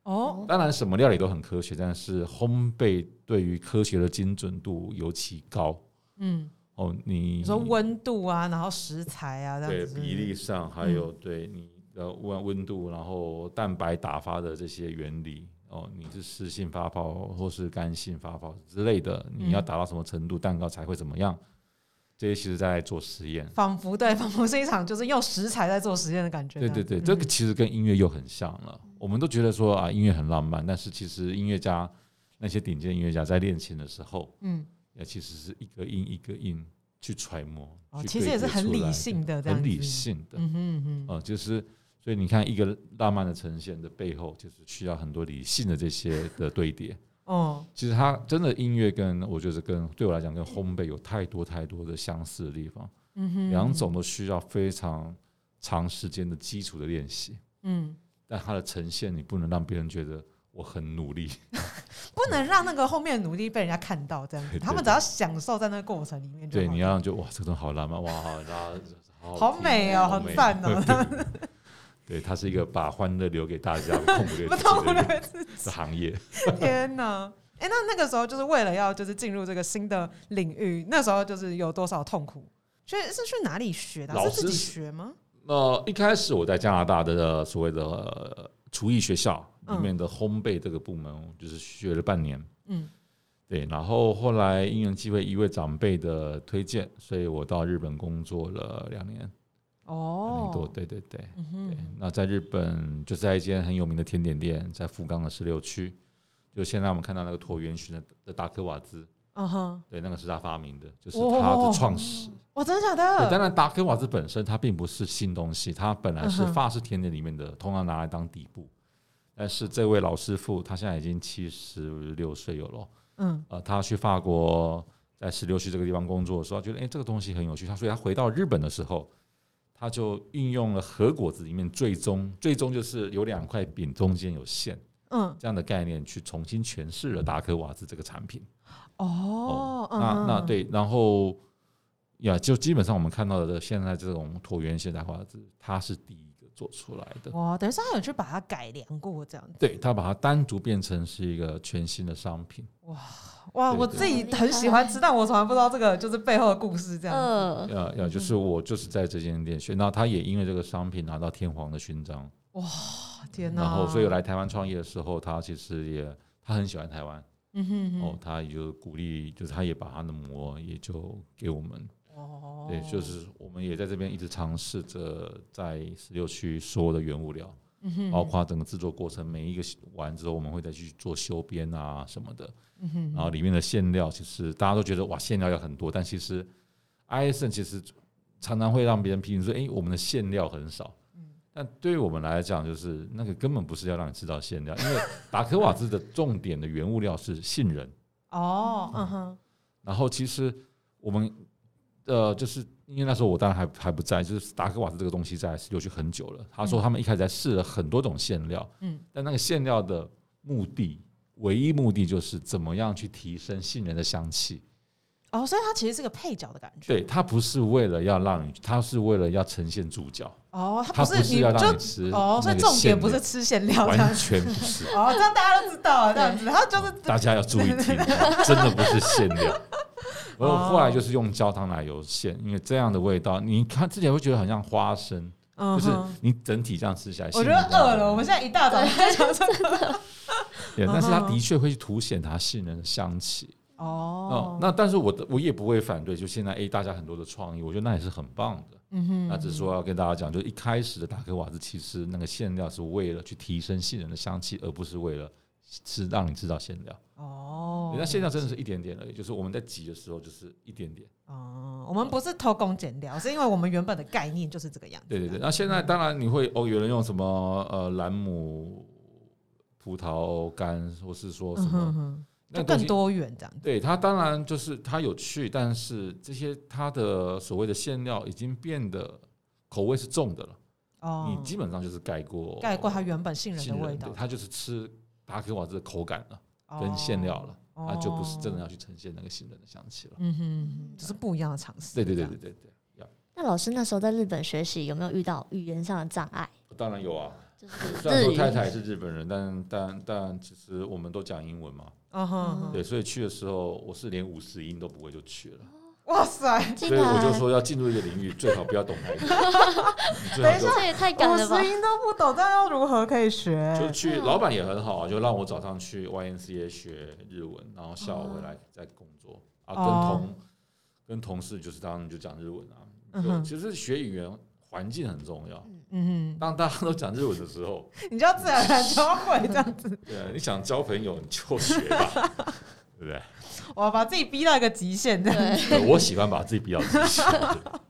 A: 哦，
C: 当然，什么料理都很科学，但是烘焙对于科学的精准度尤其高
D: 嗯
C: 哦。你
A: 你说温度啊，然后食材啊，这
C: 对
A: 样子
C: 比例上，还有
A: 嗯
C: 对你的温温度，然后蛋白打发的这些原理哦，你是湿性发泡或是干性发泡之类的，你
A: 嗯
C: 要达到什么程度，蛋糕才会怎么样？这些其实在做实验。
A: 仿佛对，仿佛是一场就是用食材在做实验的感觉。
C: 对对对，
A: 嗯
C: 这个其实跟音乐又很像了。我们都觉得说啊，音乐很浪漫，但是其实音乐家那些顶尖音乐家在练琴的时候，
D: 嗯
C: 也其实是一个音一个音去揣摩，
A: 哦
C: 去
A: 其实也
C: 堆
A: 是
C: 叠
A: 很
C: 出
A: 理
C: 来
A: 性的这样
C: 很理
A: 子
C: 性的。
D: 嗯嗯嗯
C: 呃，就是所以你看，一个浪漫的呈现的背后，就是需要很多理性的这些的堆叠。
A: 哦，
C: 其实它真的音乐跟我觉得跟对我来讲跟烘焙有太多太多的相似的地方，
D: 嗯哼，
C: 两种都需要非常长时间的基础的练习，
D: 嗯
C: 但它的呈现你不能让别人觉得我很努力，
A: 不能让那个后面的努力被人家看到，这样子，
C: 对对
A: 他们只要享受在那个过程里面就好。
C: 对，你要让就哇这个东西好浪漫，哇，好然后好
A: 好美哦，很赞
C: 哦
A: 哦，
C: 听 好美。对，它是一个把欢乐留给大家，痛苦给
A: 不
C: 自
A: 痛
C: 己
A: 不
C: 的一
A: 乐自己。
C: 个行业。
A: 天哪！哎、那那个时候就是为了要就是进入这个新的领域，那时候就是有多少痛苦？去是去哪里学的啊？
C: 老
A: 是自
C: 师
A: 己学吗？
C: 那一开始我在加拿大的所谓的呃厨艺学校里面的烘焙这个部门，就是学了半年。
D: 嗯
C: 对，然后后来因缘际会，一位长辈的推荐，所以我到日本工作了两年，两年多。
A: 哦，
C: 对对对，
D: 嗯
C: 对
D: 哼，
C: 那在日本就是在一间很有名的甜点店，在福冈的十六区，就现在我们看到那个椭圆形的的达克瓦兹，
A: 嗯哼，
C: 对，那个是他发明的，就是
A: 哦
C: 他的创始。
A: 哇，真的假
C: 对，当
A: 的？
C: 然达克瓦兹本身它并不是新东西，它本来是
A: 嗯哼
C: 法式甜点里面的，通常拿来当底部。但是这位老师傅他现在已经七十六岁有了，
A: 嗯
C: 呃，他去法国在十六区这个地方工作的时候，他觉得哎、诶这个东西很有趣，他所以他回到日本的时候，他就运用了核果子里面最终最终就是有两块饼中间有馅
A: 嗯，
C: 这样的概念去重新诠释了达克瓦兹这个产品。
A: 哦，嗯
C: 那啊那
A: 嗯
C: 对，然后呀，就基本上我们看到的现在这种椭圆形达克瓦兹，它是第一个做出来的。
A: 哇，等于是他有去把它改良过这样子。
C: 对，它把它单独变成是一个全新的商品。
A: 哇，
C: 对
A: 我
C: 对
A: 自己
B: 对
A: 很喜欢知道，我从来不知道这个就是背后的故事这样。
B: 呃，
C: 呃呃，就是我就是在这间店学，那他也因为这个商品拿到天皇的勋章，
A: 天哪！
C: 然后所以来台湾创业的时候，他其实也他很喜欢台湾，
D: 嗯哼
C: 哦，他也就鼓励，就是他也把他的膜也就给我们，
A: 哦
C: 对，就是我们也在这边一直尝试着在十六区所有的原物料，
D: 嗯哼，
C: 包括整个制作过程，每一个完之后，我们会再去做修边啊什么的。
D: 嗯
C: 然后里面的馅料，其实大家都觉得哇，馅料要很多，但其实 ISN 其实常常会让别人批评说，诶，我们的馅料很少。但对于我们来讲，就是那个根本不是要让你吃到馅料，因为 达科瓦兹的重点的原物料是杏仁。
A: 哦，嗯哼，
C: 然后其实我们呃，就是因为那时候我当然还还不在，就是达克瓦兹这个东西在十六区很久了。他
A: 嗯
C: 说他们一开始在试了很多种馅料，
D: 嗯，
C: 但那个馅料的目的，唯一目的就是怎么样去提升杏仁的香气。
A: 哦，所以它其实是个配角的感觉。
C: 对，它不是为了要让你，它是为了要呈现主角，
A: 哦，
C: 它
A: 它
C: 不
A: 是
C: 是
A: 你
C: 要让你
A: 就
C: 吃
A: 哦，所以
C: 那个
A: 重点
C: 馅
A: 不是
C: 料
A: 吃馅料这样
C: 完
A: 子。，
C: 全不是
A: 哦，这样大家都知道了，这样子，然后就是
C: 哦大家要注 意听，真的不是馅料。
A: 哦
C: 然后后来就是用焦糖奶油馅，因为这样的味道，你看之前会觉得很像花生，
A: 嗯
C: 就是
A: 哼。
C: 你整体这样吃起来，
A: 我觉
C: 杏
A: 得
C: 仁这样
A: 饿了，我们现在一大早就在讲这个。
C: 对，但是它
A: 嗯哼
C: 的确会去凸显它杏仁的香气。
A: 哦
C: 哦，，那但是我的我也不会反对，就现在诶，大家很多的创意，我觉得那也是很棒的。
D: 嗯哼，
C: 那只是说要跟大家讲，就是一开始的达克瓦兹其实那个馅料是为了去提升杏仁的香气，而不是为了吃让你吃到馅料。
A: 哦
C: 对，那馅料真的是一点点而已，就是我们在挤的时候就是一点点。
A: 哦，我们不是偷工减料，是因为我们原本的概念就是啊这个样子。
C: 对对对，那现在当然你会哦，有人用什么呃兰姆葡萄干，或是说什
A: 嗯哼
C: 么
A: 哼，
C: 那
A: 就
C: 东
A: 更
C: 西
A: 多元这样子。
C: 对它当然就是它有趣，但是这些它的所谓的馅料已经变得口味是重的了，
A: 哦，
C: 你基本上就是盖过
A: 盖过它原本杏仁的
C: 杏
A: 味
C: 仁
A: 道
C: 对，它就是吃达克瓦兹的口感了，
A: 哦
C: 跟馅料了，
A: 哦
C: 它就不是真的要去呈现那个杏仁的香气了。
D: 嗯哼，
A: 就是不一样的尝试。
C: 对对对
A: 这样
C: 对对对，
B: 那老师那时候在日本学习，有没有遇到语言上的障碍？
C: 当然有啊。
B: 就是
C: 虽然
B: 日
C: 说
B: 语，
C: 太太是日本人，但但但其实我们都讲英文嘛，
A: 嗯哼，
B: 嗯
A: 哼
C: 对，所以去的时候我是连五十音都不会就去了，
A: 哇塞，
B: 竟
C: 所以我就
B: 然
C: 说要进入一个领域最好不要懂 台语，你最
A: 等
C: 好
A: 一
C: 就
A: 下
B: 这也太赶
A: 五
B: 了吧
A: 十！音都不懂，这样要如何可以学？
C: 就去，老板也很好啊，就让我早上去 YNCA 学日文，然后下午回来再工作啊，跟
A: 哦
C: 同跟同事就是当然就讲日文啊。
A: 嗯
C: 就
A: 哼
C: 其实学语言环境很重要，
D: 嗯
C: 当大家都讲日文的时候，
A: 你就要自然而然就会这样子。
C: 对啊，你想交朋友你就学吧， 对不对？
A: 我把自己逼到一个极限，这样
B: 对，
C: 对我喜欢把自己逼到极限。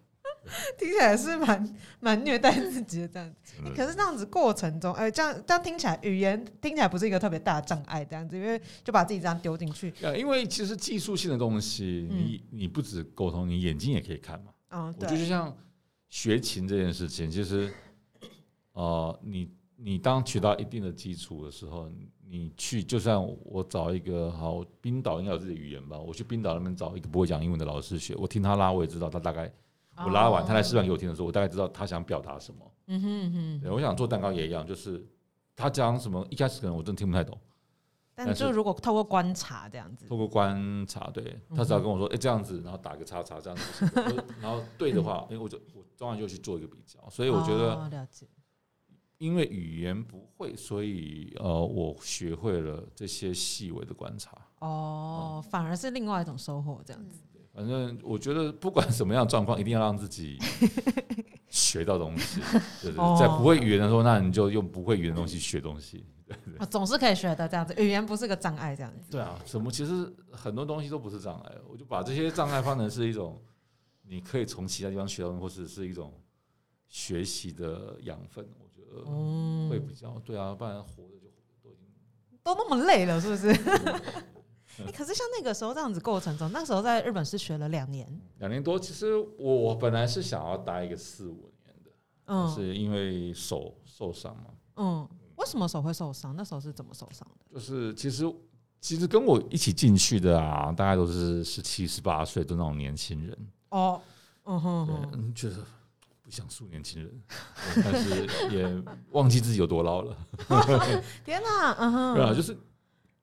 A: 听起来是蛮蛮虐待自己的这样子。
C: 真的
A: 可是这样子过程中，哎，这样这样听起来语言听起来不是一个特别大的障碍，这样子，因为就把自己这样丢进去，
C: 呃，因为其实技术性的东西，
D: 嗯
C: 你你不止沟通，你眼睛也可以看嘛。
A: 嗯，
C: 我觉得就
A: 对，
C: 像学琴这件事情，其实，呃，你你当取到一定的基础的时候，你去就算我找一个好冰岛应该有自己的语言吧，我去冰岛那边找一个不会讲英文的老师学，我听他拉，我也知道他大概
A: 哦
C: 我拉完，他来示范给我听的时候，我大概知道他想表达什么。
D: 哼，嗯哼嗯
C: 对，我想做蛋糕也一样，就是他讲什么，一开始可能我真的听不太懂，
A: 但
C: 但是
A: 就如果透过观察这样子，
C: 透过观察，
A: 嗯
C: 对他只要跟我说，哎、这样子，然后打个叉叉这样子，我就 然后对的话，哎、我就我当然就去做一个比较。所以我觉得，
A: 哦了解，
C: 因为语言不会，所以呃，我学会了这些细微的观察。嗯
A: 哦，反而是另外一种收获这样子。
C: 反正我觉得，不管什么样的状况，一定要让 自己学到东西。对对
A: 哦
C: 对，在不会语言的时候，那你就用不会语言的东西学东西。
A: 哦，总是可以学的这样子，语言不是个障碍这样子。
C: 对啊，什么其实很多东西都不是障碍，我就把这些障碍当成是一种你可以从其他地方学到的，或者是一种学习的养分。我觉
A: 哦
C: 得
D: 嗯
C: 会比较对啊，不然活着就
A: 都那么累了，是不是？
C: 嗯
A: 欸可是像那个时候这样子过程中，那时候在日本是学了两年，
C: 两年多。其实我我本来是想要待一个四五年的，但
A: 嗯
C: 是因为手受伤嘛，
A: 嗯，为什么手会受伤？那时候是怎么受伤的？
C: 就是其实其实跟我一起进去的啊，大概都是十七十八岁的那种年轻人。
A: 哦，嗯哼
C: 对，
A: 哼，
C: 嗯，觉得不想输年轻人，但是 也忘记自己有多老了，
A: 天哪，嗯哼，
C: 对啊，就是，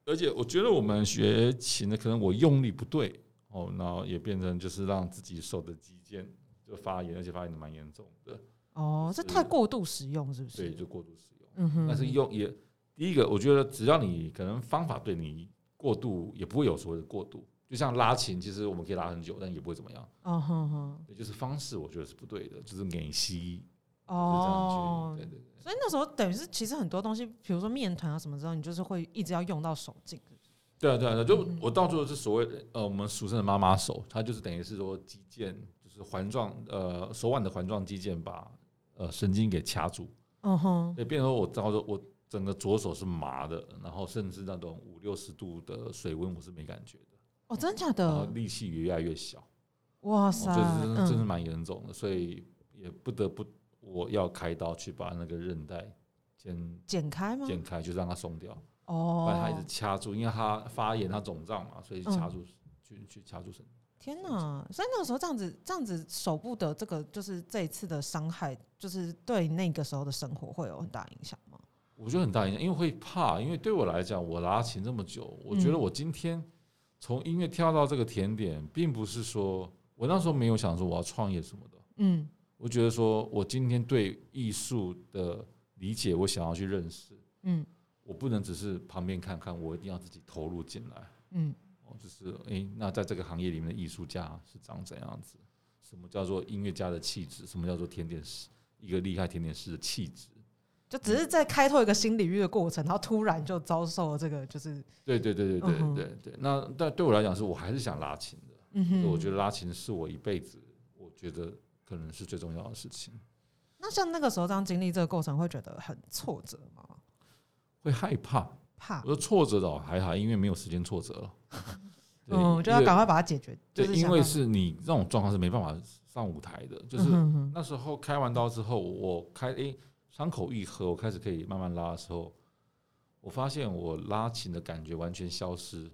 C: 而且我觉得我们学琴的，可能我用力不对哦，然后也变成就是让自己手的肌腱就发炎，而且发炎的蛮严重的，
A: 哦，这
C: 是
A: 太过度使用是不
C: 所以
A: 是？
C: 就过度使用。
A: 嗯哼，
C: 但是用也第一个，我觉得只要你可能方法对你过度，也不会有所谓的过度。就像拉琴，其实我们可以拉很久，但也不会怎么样。
A: 哦哼哼，
C: 也就是方式，我觉得是不对的，就是给吸，就是这样
A: 哦
C: 去，对，对对。
A: 所以那时候等于是其实很多东西，比如说面团啊什么之后，你就是会一直要用到手劲，
C: 对啊，对啊，对啊
A: 嗯
C: 就我到最后是所谓的呃，我们俗称的妈妈手，它就是等于是说肌腱，就是环状呃手腕的环状肌腱把呃神经给掐住，
A: 嗯哼，
C: 所以变成说我到时候我整个左手是麻的，然后甚至那种五六十度的水温我是没感觉的，
A: 哦，真假
C: 然后
A: 的？
C: 力气也越来越小，
A: 哇
C: 我
A: 塞，
C: 觉得这是真是
A: 嗯，
C: 蛮严重的，所以也不得不我要开刀去把那个韧带剪
A: 剪开吗？
C: 剪开，就让它松掉。把它一直
A: 哦，
C: 掐住，因为它发炎，它肿胀嘛，所以
A: 嗯
C: 掐住，去去掐住神经。
A: 天哪！所以那个时候这样子，这样子手部的这个，就是这一次的伤害，就是对那个时候的生活会有很大影响吗？
C: 我觉得很大影响，因为会怕，因为对我来讲，我拉琴这么久，我觉得
A: 嗯
C: 我今天从音乐跳到这个甜点，并不是说我那时候没有想说我要创业什么的，
A: 嗯，
C: 我觉得说我今天对艺术的理解，我想要去认识，
A: 嗯
C: 我不能只是旁边看看，我一定要自己投入进来。
A: 嗯
C: 哦，就是诶，那在这个行业里面的艺术家是长怎样子？什么叫做音乐家的气质？什么叫做甜点师一个厉害甜点师的气质？
A: 就只是在开拓一个新领域的过程，然后突然就遭受了这个，就是
C: 对对对对
A: 嗯哼
C: 对对对。那但对我来讲，是我还是想拉琴的。
A: 嗯
C: 所以
A: 哼，
C: 我觉得拉琴是我一辈子，我觉得可能是最重要的事情。
A: 那像那个时候这样经历这个过程，会觉得很挫折吗？
C: 会害怕，
A: 怕
C: 我，说挫折倒还好，因为没有时间挫折了。 对
A: 嗯，就要
C: 因为
A: 赶快把它解决，就
C: 对，
A: 是
C: 因
A: 想
C: 为
A: 办法
C: 是你这种状况是没办法上舞台的，就是
A: 嗯哼哼
C: 那时候开完刀之后，我开诶伤、口愈合，我开始可以慢慢拉的时候，我发现我拉琴的感觉完全消失。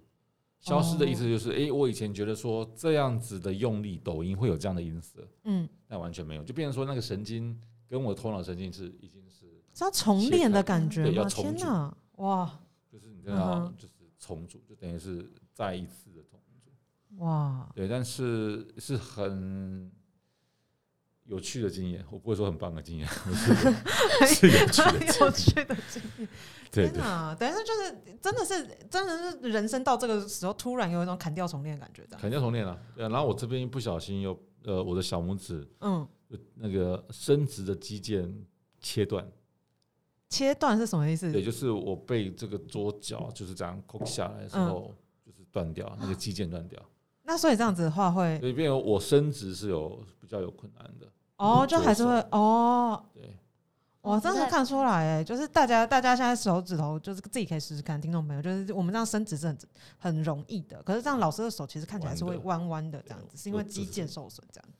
C: 消失的意思就是，诶、我以前觉得说这样子的用力，抖音会有这样的音色，
A: 嗯，
C: 但完全没有，就变成说那个神经跟我头脑神经是已经是，
A: 是要重练的感觉
C: 对要
A: 吗？
C: 重
A: 天
C: 组
A: 哪，哇
C: 就是你真的要
A: 嗯哼
C: 就是重组，就等于是再一次的重组。
A: 哇，
C: 对，但是是很有趣的经验，我不会说很棒的经验， 我是是 有趣的经
A: 有
C: 验。
A: 趣的经历。
C: 对
A: 天
C: 对
A: 哪，等于是就是真的是真的是人生到这个时候，突然有一种砍掉重练的感觉的。
C: 肯定重练了。对啊然后我这边不小心又呃，我的小拇指
A: 嗯，
C: 呃那个伸直的肌腱切断，
A: 切断是什么意思？
C: 对，就是我被这个桌
A: 嗯
C: 角就是这样扣下来的时候。就是断掉那个肌腱断掉，
A: 那所以这样子的话会
C: 所以变成我伸直是有比较有困难的。
A: 哦，就还是会哦。
C: 对，
A: 哇，真
B: 不
A: 的
B: 太
A: 看出来哎，就是大家大家现在手指头就是自己可以试试看，听众朋友，就是我们这样伸直是很很容易的，可是这样老师的手其实看起来是会
C: 弯的
A: 弯弯的这样子，是因为肌腱受损这样子。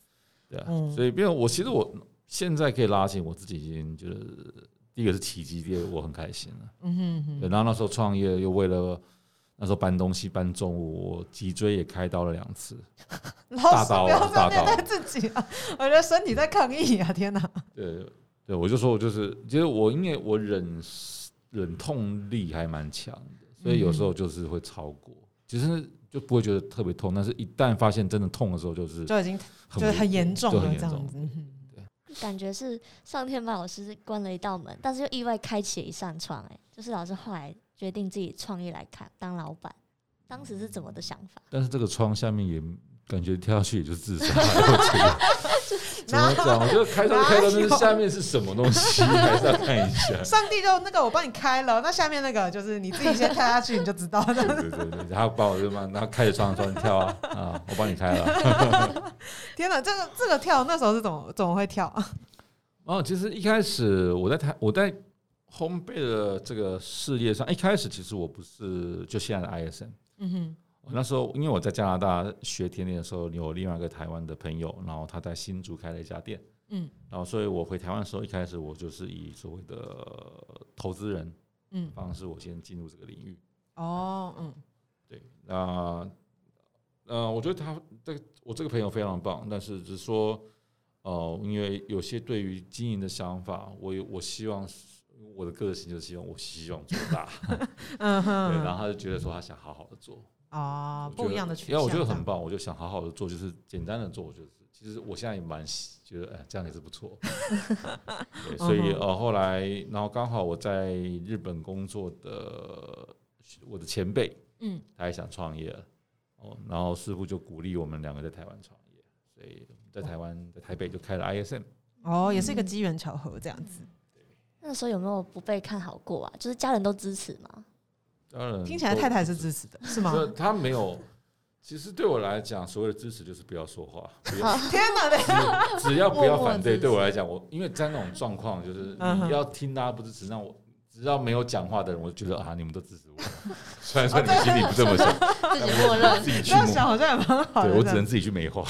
C: 对啊，
A: 嗯
C: 所以变成我其实我现在可以拉琴，我自己已经就是第一个是奇迹，第二个我很开心了。
A: 嗯哼哼，
C: 对，然后那时候创业又为了那时候搬东西搬重物，我脊椎也开刀了两次。
A: 老师
C: 大刀啊
A: 不要这样
C: 大
A: 虐
C: 刀
A: 待自己啊！我觉得身体在抗议啊！天哪，
C: 对，对我就说我就是，其实我因为我忍忍痛力还蛮强的，所以有
A: 嗯
C: 时候就是会超过，其实就不会觉得特别痛，但是一旦发现真的痛的时候，就是
A: 就已经
C: 很
A: 就是
C: 危
A: 很严重
C: 就
A: 了
C: 很
A: 这样
C: 严重。
A: 子。嗯
B: 感觉是上天把老师关了一道门，但是又意外开启了一扇窗、哎，就是老师后来决定自己创业来看当老板，当时是怎么的想法？
C: 但是这个窗下面也感觉跳下去也就自杀了，我觉得。 怎么讲？我觉得开窗就开窗，但是下面是什么东西还是要看 一下。
A: 上帝就那个我帮你开了，那下面那个就是你自己先跳下去，你就知道了。
C: 对对对，对然后把我就嘛，然后开着窗窗跳啊啊，我帮你开了。
A: 天哪，这个这个跳那时候是怎么怎么会跳？啊
C: 哦，其实一开始我在台我在烘焙的这个事业上，一开始其实我不是就现在的 ISM，
D: 嗯哼，
C: 我那时候因为我在加拿大学甜点的时候，有另外一个台湾的朋友，然后他在新竹开了一家店，
D: 嗯，
C: 然后所以我回台湾的时候，一开始我就是以所谓的投资人
D: 嗯，
C: 方式，我先进入这个领域。
D: 哦，嗯，
C: 对，那呃，我觉得他这我这个朋友非常棒，但是只是说，呃，因为有些对于经营的想法，我有我希望是我的个性就是希望我希望做大，
A: 嗯
C: 对，然
A: 哼，
C: 后他就觉得说他想好好的做，
A: 哦
C: 我，觉
A: 不一
C: 得
A: 样的取
C: 要
A: 向。
C: 我觉得很棒，我就想好好的做，就是简单的做，我就是其实我现在也蛮喜觉得，哎，这样也是 不错。对，所以
A: 嗯
C: 呃，后来然后刚好我在日本工作的我的前辈，
D: 嗯，
C: 他也想创业了，哦，然后师傅就鼓励我们两个在台湾创业，所以在台湾在台北就开了 ISM。
A: 哦，也是一个机缘巧合这样子。
C: 嗯
B: 那时候有没有不被看好过啊？就是家人都支持吗？
C: 当然，
A: 听起来太太是支持的，是吗？
C: 就他没有。其实对我来讲，所谓的支持就是不要说话，不要
A: 天哪，对
C: 只要不要反对，
B: 默默支持
C: 对我来讲，我因为在那种状况，就是
A: 嗯哼
C: 你要听大家不支持，那我只要没有讲话的人，我就觉得啊，你们都支持我。 虽然说你心里不这么想，
A: 哎
B: 自己默认。
C: 自己
A: 这
C: 去
A: 样
C: 摸
A: 哦想好像也蛮好的。
C: 对我只
A: 这样
C: 能自己去美化。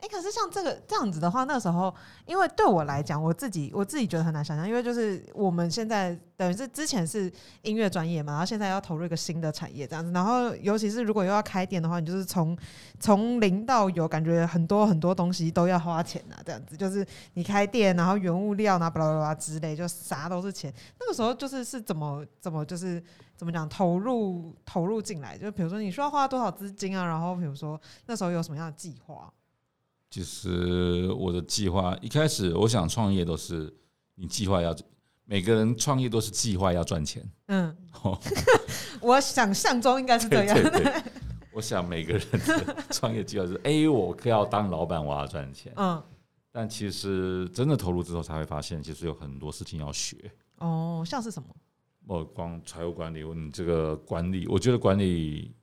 A: 哎、可是像这个这样子的话，那时候因为对我来讲，我自己我自己觉得很难想象，因为就是我们现在等于是之前是音乐专业嘛，然后现在要投入一个新的产业这样子，然后尤其是如果又要开店的话，你就是从从零到有，感觉很多很多东西都要花钱啊，这样子就是你开店，然后原物料啊，巴拉巴拉之类，就啥都是钱。那个时候就是是怎么怎么就是怎么讲投入投入进来，就比如说你需要花多少资金啊，然后比如说那时候有什么样的计划。
C: 其实我的计划一开始，我想创业都是你计划要，每个人创业都是计划要 赚钱。
A: 嗯，
C: 哦，
A: 我想象中应该是这样。
C: 对，我想每个人的创业计划是： 哎、我要当老板，我要赚钱。
A: 嗯，
C: 但其实真的投入之后，才会发现其实有很多事情要学。
A: 哦，像是什么？
C: 哦，光财务管理，你这个管理，我觉得管理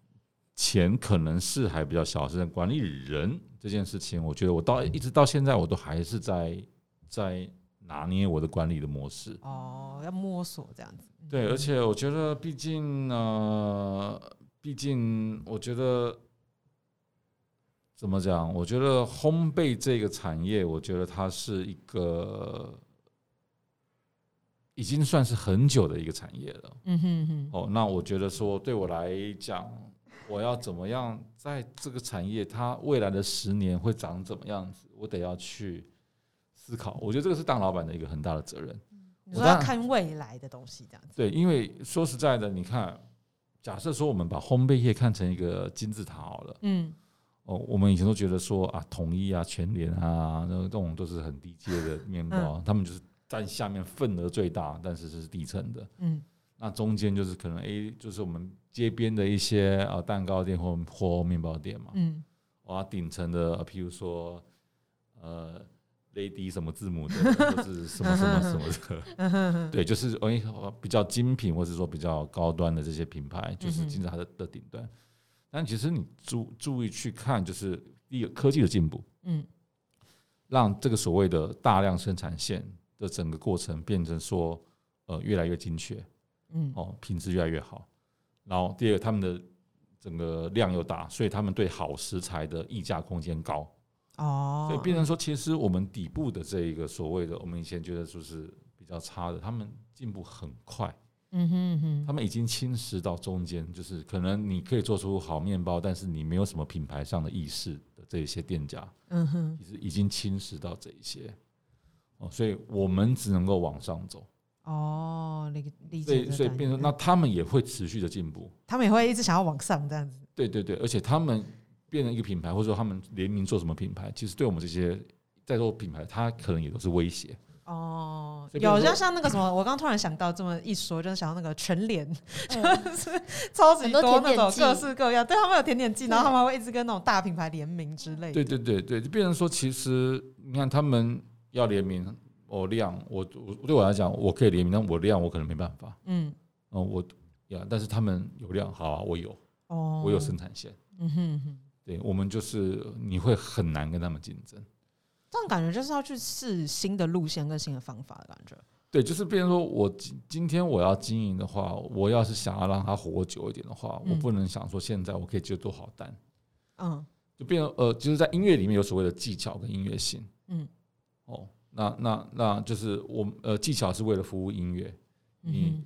C: 钱可能是还比较小，但管理人这件事情，我觉得我到一直到现在，我都还是在在拿捏我的管理的模式。
A: 哦，要摸索这样子。嗯
C: 对，而且我觉得，毕竟呃，毕竟我觉得怎么讲？我觉得烘焙这个产业，我觉得它是一个已经算是很久的一个产业了。
D: 嗯哼哼，
C: 哦，那我觉得说对我来讲，我要怎么样在这个产业它未来的十年会长怎么样子，我得要去思考。我觉得这个是当老板的一个很大的责任。
A: 你
C: 我
A: 说
C: 当
A: 要
C: 然
A: 看未来的东西这样子。
C: 对，因为说实在的，你看，假设说我们把烘焙业看成一个金字塔好了，
D: 嗯
C: 哦，我们以前都觉得说啊，统一啊、全联啊，那这种都是很低阶的面包，他们就是占下面份额最大，但是是底层的。
D: 嗯
C: 那中间就是可能 A，就是我们街边的一些啊蛋糕店或或面包店嘛，
D: 嗯
C: 哇，顶层的，譬如说呃 Lady 什么字母的， 或是什么什么什么
A: 嗯哼
C: 的，
A: 哼，
C: 对，就是哎比较精品或是说比较高端的这些品牌，就是
D: 嗯哼
C: 进在它的的顶端。但其实你注注意去看，就是第一个科技的进步，
D: 嗯
C: 让这个所谓的大量生产线的整个过程变成说呃越来越精确，
D: 嗯，
C: 哦，品质越来越好。然后第二个，他们的整个量又大，所以他们对好食材的溢价空间高，
A: 哦，
C: 所以变成说，其实我们底部的这一个所谓的，我们以前觉得就是比较差的，他们进步很快，
D: 嗯哼哼，
C: 他们已经侵蚀到中间，就是可能你可以做出好面包，但是你没有什么品牌上的意识的这一些店家，
D: 嗯哼，
C: 其实已经侵蚀到这一些。哦，所以我们只能够往上走。
A: 哦，理理
C: 所
A: 解
C: 以
A: 这
C: 所以
A: 感
C: 变
A: 觉
C: 成那他们也会持续的进步，
A: 他们也会一直想要往上这样子。
C: 对对对，而且他们变成一个品牌，或者说他们联名做什么品牌，其实对我们这些在做品牌，他可能也都是威胁。
A: 哦，
C: 所以比如
A: 有
C: 说
A: 就像那个什么，我刚突然想到这么一说，就是想到那个全脸，
B: 嗯
A: 超级
B: 很多
A: 那
B: 甜点
A: 种
B: 剂
A: 各式各样，对他们有甜点剂，
B: 对
A: 然后他们会一直跟那种大品牌联名之类的。
C: 对对对对，就变成说，其实你看他们要联名，我量我我对我来讲，我可以联名，但我量我可能没办法。
A: 嗯，
C: 嗯，我呀，但是他们有量，好啊，我有，
A: 哦，
C: 我有生产线。
A: 嗯哼哼，
C: 对我们就是你会很难跟他们竞争。
A: 这种感觉就是要去试新的路线跟新的方法的感觉。
C: 对，就是变成说我今今天我要经营的话，我要是想要让它活久一点的话，我
A: 嗯
C: 不能想说现在我可以接多少单，
A: 嗯
C: 就变成呃，就是在音乐里面有所谓的技巧跟音乐性。
A: 嗯，
C: 哦，那那那就是我们呃，技巧是为了服务音乐，你
A: 嗯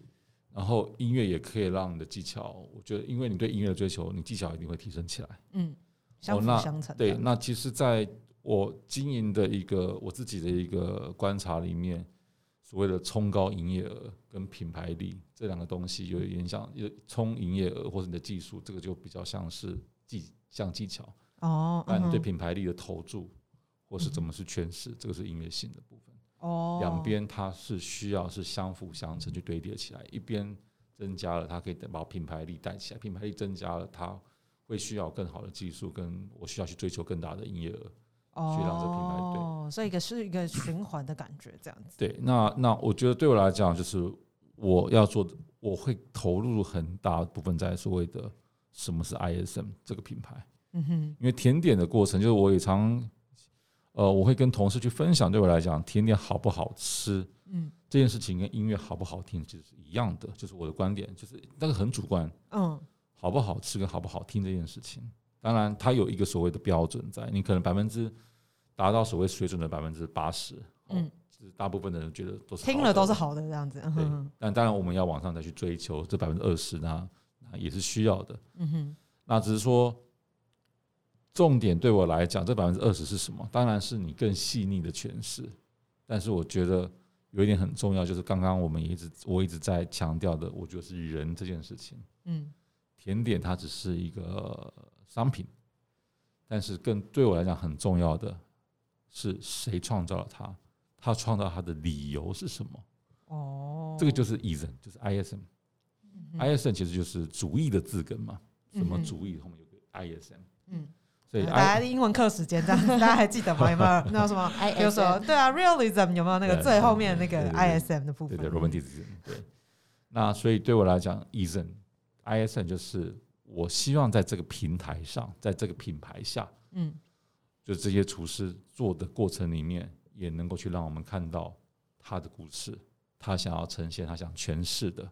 C: 然后音乐也可以让你的技巧，我觉得因为你对音乐的追求，你技巧一定会提升起来。
A: 嗯，相辅
C: 哦那
A: 相成的。
C: 对，那其实在我经营的一个我自己的一个观察里面，所谓的冲高营业额跟品牌力这两个东西有影响，有冲营业额或者你的技术，这个就比较像是技像技巧，
A: 哦，
C: 那你对
A: 嗯哼
C: 品牌力的投注或是怎么去诠释，这个是音乐性的部分。
A: 哦，
C: 两边它是需要是相辅相成去堆叠起来，一边增加了它可以把品牌力带起来，品牌力增加了它会需要更好的技术，跟我需要去追求更大的营业额。去让这个品牌对
A: 哦，所以一个是一个循环的感觉，这样子。
C: 对，那那我觉得对我来讲，就是我要做的，我会投入很大部分在所谓的什么是 ISM 这个品牌，
A: 嗯哼，
C: 因为甜点的过程，就是我也常呃，我会跟同事去分享，对我来讲，甜点好不好吃，
A: 嗯
C: 这件事情跟音乐好不好听其实是一样的，就是我的观点，就是那个很主观，
A: 嗯
C: 好不好吃跟好不好听这件事情，当然它有一个所谓的标准在，你可能百分之达到所谓水准的百分之八十，哦
A: 嗯，
C: 就是大部分的人觉得都是
A: 听
C: 好
A: 了
C: 的
A: 都是好的，这样子。嗯
C: 对
A: 哼，
C: 但当然我们要往上再去追求这百分之二十，那那也是需要的。
A: 嗯哼，
C: 那只是说，重点对我来讲，这百分之二十是什么？当然是你更细腻的诠释。但是我觉得有一点很重要，就是刚刚我们也一直我一直在强调的，我觉得是人这件事情。
A: 嗯
C: 甜点它只是一个商品，但是更对我来讲很重要的是谁创造了它，他创造它的理由是什么？
A: 哦，
C: 这个就是 ism，就是 ism。
A: 嗯
C: ism 其实就是主义的字根嘛，什
A: 嗯
C: 么
A: 哼
C: 主义后面有个 ism，
A: 嗯，
C: 所以
A: 大
C: I
A: 家英文课时间 这样，大家还记得吗？有没有那有什么？
B: ，I
A: 比如说，对啊，realism 有没有那个
C: 对
A: 最后面那个
C: 对对对
A: ISM 的部
C: 对
A: 分？
C: 对 romanticism 对。那所以对我来讲，ism ism 就是我希望在这个平台上，在这个品牌下，
A: 嗯
C: 就这些厨师做的过程里面，也能够去让我们看到他的故事，他想要呈现，他想诠释的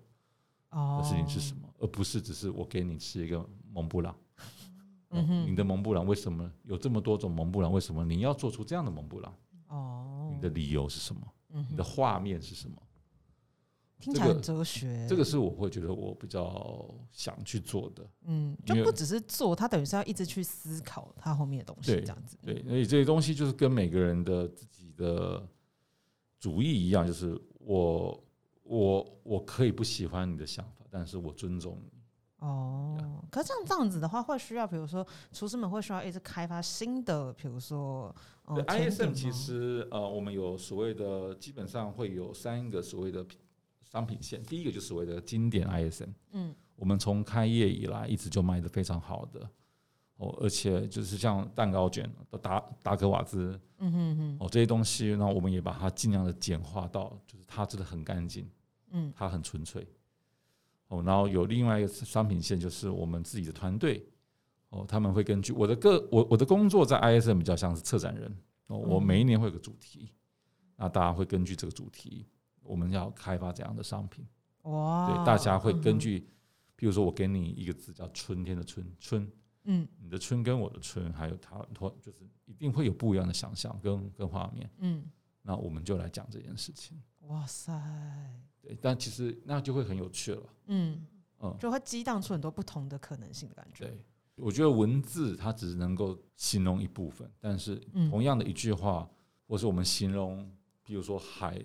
A: 哦
C: 的，事情是什？么，而不是只是我给你吃一个蒙布朗。哦
A: 嗯哼
C: 你的蒙布朗为什么有这么多种蒙布朗？为什么你要做出这样的蒙布朗？
A: 哦，
C: 你的理由是什么？
A: 嗯
C: 你
A: 哼
C: 的画面是什么？
A: 听起来很哲学，
C: 这个是我会觉得我比较想去做的。
A: 嗯，就
C: 因为
A: 不只是做，他等于是要一直去思考他后面的东西，
C: 对
A: 这样子。
C: 对，所以这些东西就是跟每个人的自己的主意一样，就是我我我可以不喜欢你的想法，但是我尊重你。
A: 哦，可是这样这样子的话，会需要比如说厨师们会需要一直开发新的，比如说嗯
C: 对
A: 甜点
C: ISM
A: 吗
C: 其实呃，我们有所谓的，基本上会有三个所谓的品商品线。第一个就是所谓的经典 ISM，
A: 嗯
C: 我们从开业以来一直就卖的非常好的哦，而且就是像蛋糕卷、达达格瓦兹
A: 嗯哼哼
C: 哦这些东西，那我们也把它尽量的简化到，就是它真的很干净，
A: 嗯
C: 它很纯粹哦。然后有另外一个商品线，就是我们自己的团队哦，他们会根据我的个我我的工作在 ISM 比较像是策展人哦，我
A: 嗯
C: 每一年会有个主题，那大家会根据这个主题，我们要开发怎样的商品。
A: 哇，
C: 对，大家会
A: 嗯
C: 根据，譬如说我给你一个字叫“春天”的“春”，春，
A: 嗯
C: 你的“春”跟我的“春”，还有他，他就是一定会有不一样的想象跟跟画面。
A: 嗯，
C: 那我们就来讲这件事情，
A: 哇塞，
C: 对，但其实那就会很有趣了，
A: 嗯，
C: 嗯，
A: 就会激荡出很多不同的可能性的感觉。
C: 对。我觉得文字它只能够形容一部分，但是
A: 嗯
C: 同样的一句话，或是我们形容，比如说海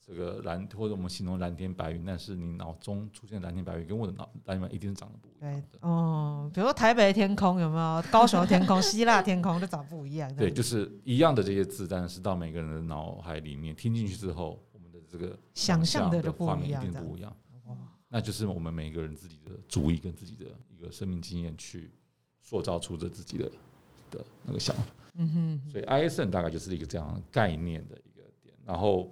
C: 这个蓝或者我们形容蓝天白云，但是你脑中出现的蓝天白云跟我的脑蓝天白云一定是长得不一样
A: 对
C: 的，。
A: 哦，比如说台北的天空有没有？高雄的天空、希腊天空就长不一样。这
C: 对，
A: 样
C: 就是一样的这些字，但是到每个人的脑海里面听进去之后，我们的这个
A: 想象的
C: 的
A: 就不
C: 画
A: 一
C: 面
A: 样
C: 定
A: 这样
C: 不一样。
A: 哇
C: 那就是我们每个人自己的主意跟自己的一个生命经验去塑造出这自己的的那个想法。嗯哼，所以 ISN 大概就是一个这样的概念的一个点。然后，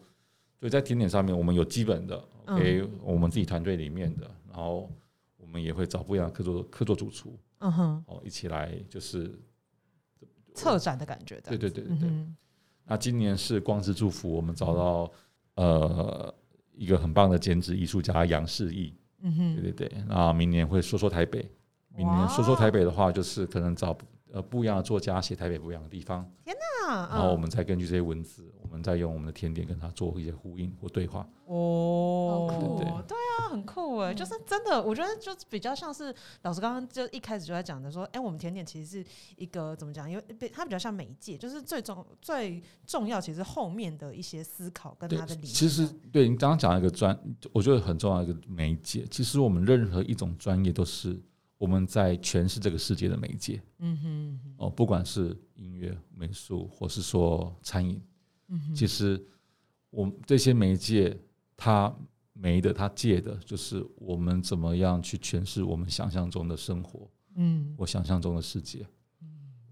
C: 所以在甜点上面，我们有基本的
A: 嗯
C: 给我们自己团队里面的，然后我们也会找不一样的客座客座主厨
A: 嗯哼，
C: 哦一起来就是
A: 策展的感觉的。
C: 对对对对
A: 嗯
C: 对。
A: 哼，
C: 那今年是光之祝福，我们找到呃一个很棒的剪纸艺术家杨世义，
A: 嗯
C: 对
A: 哼，
C: 对对。那明年会说说台北，明
A: 哇哦
C: 年说说台北的话，就是可能找呃不一样的作家写台北不一样的地方，
A: 那
C: 然后我
A: 嗯
C: 们再根据这些文字，我们再用我们的甜点跟它做一些呼应或对话。
B: 好酷
C: 对对
A: 哦，对啊，很酷哎，
B: 嗯
A: 就是真的，我觉得就比较像是老师刚刚就一开始就在讲的说，哎，我们甜点其实是一个怎么讲，因为它比较像媒介，就是最重最重要，其实后面的一些思考跟
C: 对
A: 他的，理啊
C: 其实对你刚刚讲一个专，我觉得很重要的一个媒介。其实我们任何一种专业都是我们在诠释这个世界的媒介。
A: 嗯哼，
C: 哦，不管是音乐、美术，或是说餐饮，
A: 嗯
C: 其实我们这些媒介，它没的，它借的，就是我们怎么样去诠释我们想象中的生活，
A: 嗯
C: 我想象中的世界。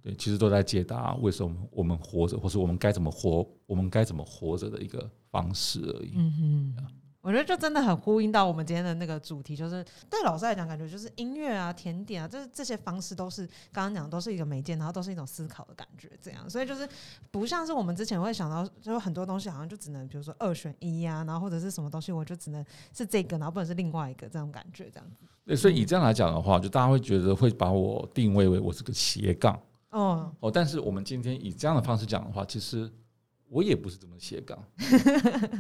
C: 对，其实都在解答为什么我们活着，或是我们该怎么活，我们该怎么活着的一个方式而已。
A: 嗯哼，我觉得就真的很呼应到我们今天的那个主题，就是对老师来讲，感觉就是音乐啊、甜点啊，这这些方式都是刚刚讲的都是一个媒介，然后都是一种思考的感觉，这样，所以就是不像是我们之前会想到，就是很多东西好像就只能比如说二选一呀、然后或者是什么东西我就只能是这个，然后不能是另外一个这种感觉，这样子。
C: 对，所以以这样来讲的话，就大家会觉得会把我定位为我是个斜杠。
A: 哦，
C: 哦，但是我们今天以这样的方式讲的话，其实我也不是这么 斜杠，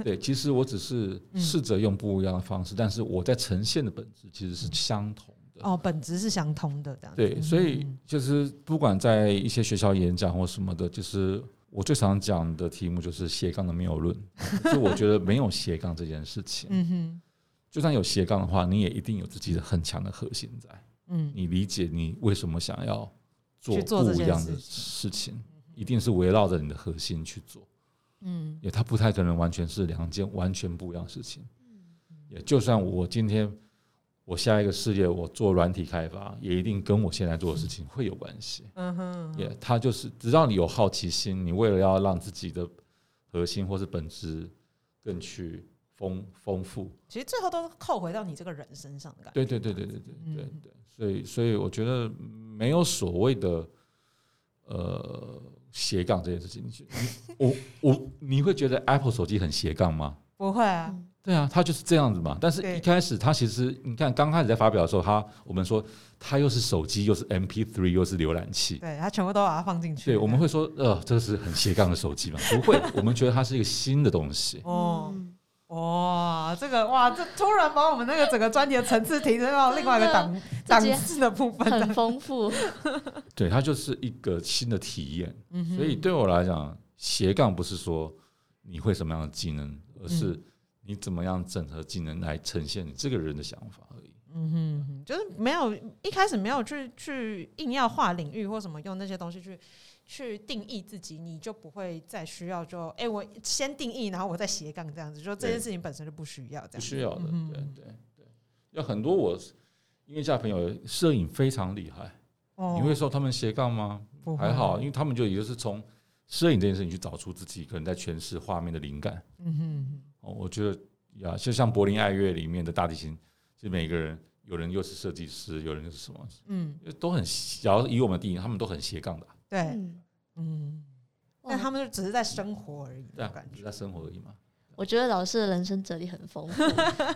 C: 对，其实我只是
A: 嗯
C: 试着用不一样的方式，但是我在呈现的本质其实是相同的。
A: 哦，本质是相通的这样子。
C: 对，所以
A: 嗯
C: 就是不管在一些学校演讲或什么的，就是我最常讲的题目就是斜杠的谬论， 就我觉得没有斜杠这件事情，
A: 嗯哼，
C: 就算有斜杠的话，你也一定有自己的很强的核心在，
A: 嗯
C: 你理解你为什么想要做
A: 去做
C: 不
A: 这
C: 一
A: 件
C: 样
A: 事
C: 的
A: 情
C: 事情，一定是围绕着你的核心去做。
A: 嗯
C: 也它不太可能完全是两件完全不一样的事情。
A: 嗯
C: 也就算我今天我下一个事业我做软体开发，也一定跟我现在做的事情会有关系。
A: 嗯哼，
C: 也它就是只要你有好奇心，你为了要让自己的核心或是本质更去丰丰富，
A: 其实最后都是扣回到你这个人身上的感觉。
C: 对对对对对对对
A: 嗯
C: 对，所以所以我觉得没有所谓的呃斜杠这件事情，你你我我你会觉得 Apple 手机很斜杠吗？
A: 不会啊，
B: 嗯
C: 对啊，他就是这样子嘛。但是
A: 对
C: 一开始他其实，你看刚开始在发表的时候，他我们说他又是手机，又是 MP3，又是浏览器。
A: 对他全部都把它放进去。
C: 对，我们
A: 会
C: 会说，呃，这是很斜杠的手机嘛？不会，我们觉得它是一个新的东西。
A: 哦。
B: 嗯
A: 哇，这个哇，这突然把我们那个整个专题的层次提升到另外一个档档
B: 直接
A: 次的部分
B: 很丰富，
C: 对，它就是一个新的体验。
A: 嗯
C: 所以对我来讲，斜杠不是说你会什么样的技能，而是
A: 嗯
C: 你怎么样整合技能来呈现你这个人的想法而已。
A: 嗯就是没有一开始没有去去硬要划领域或什么，用那些东西去去定义自己，你就不会再需要就哎、我先定义，然后我再斜杠这样子，就这件
C: 对
A: 事情本身就不需要这样。
C: 不需要的，
A: 嗯
C: 对对对。有很多我音乐家朋友摄影非常厉害，
A: 哦
C: 你会说他们斜杠吗？
A: 不会
C: 还好，因为他们就也就是从摄影这件事情去找出自己可能在诠释画面的灵感。
A: 嗯哼，
C: 哦，我觉得呀，就像柏林爱乐里面的大提琴，就每个人有人又是设计师，有人又是什么，
A: 嗯，
C: 都很斜然后以我们的定义，他们都很斜杠的啊，
A: 对，
B: 嗯，哦
A: 嗯，
B: 哇
A: 但他们就只是在生活而已，
C: 对啊
A: 感，觉
C: 只是在生活而已嘛。
B: 我觉得老师的人生哲理很丰富，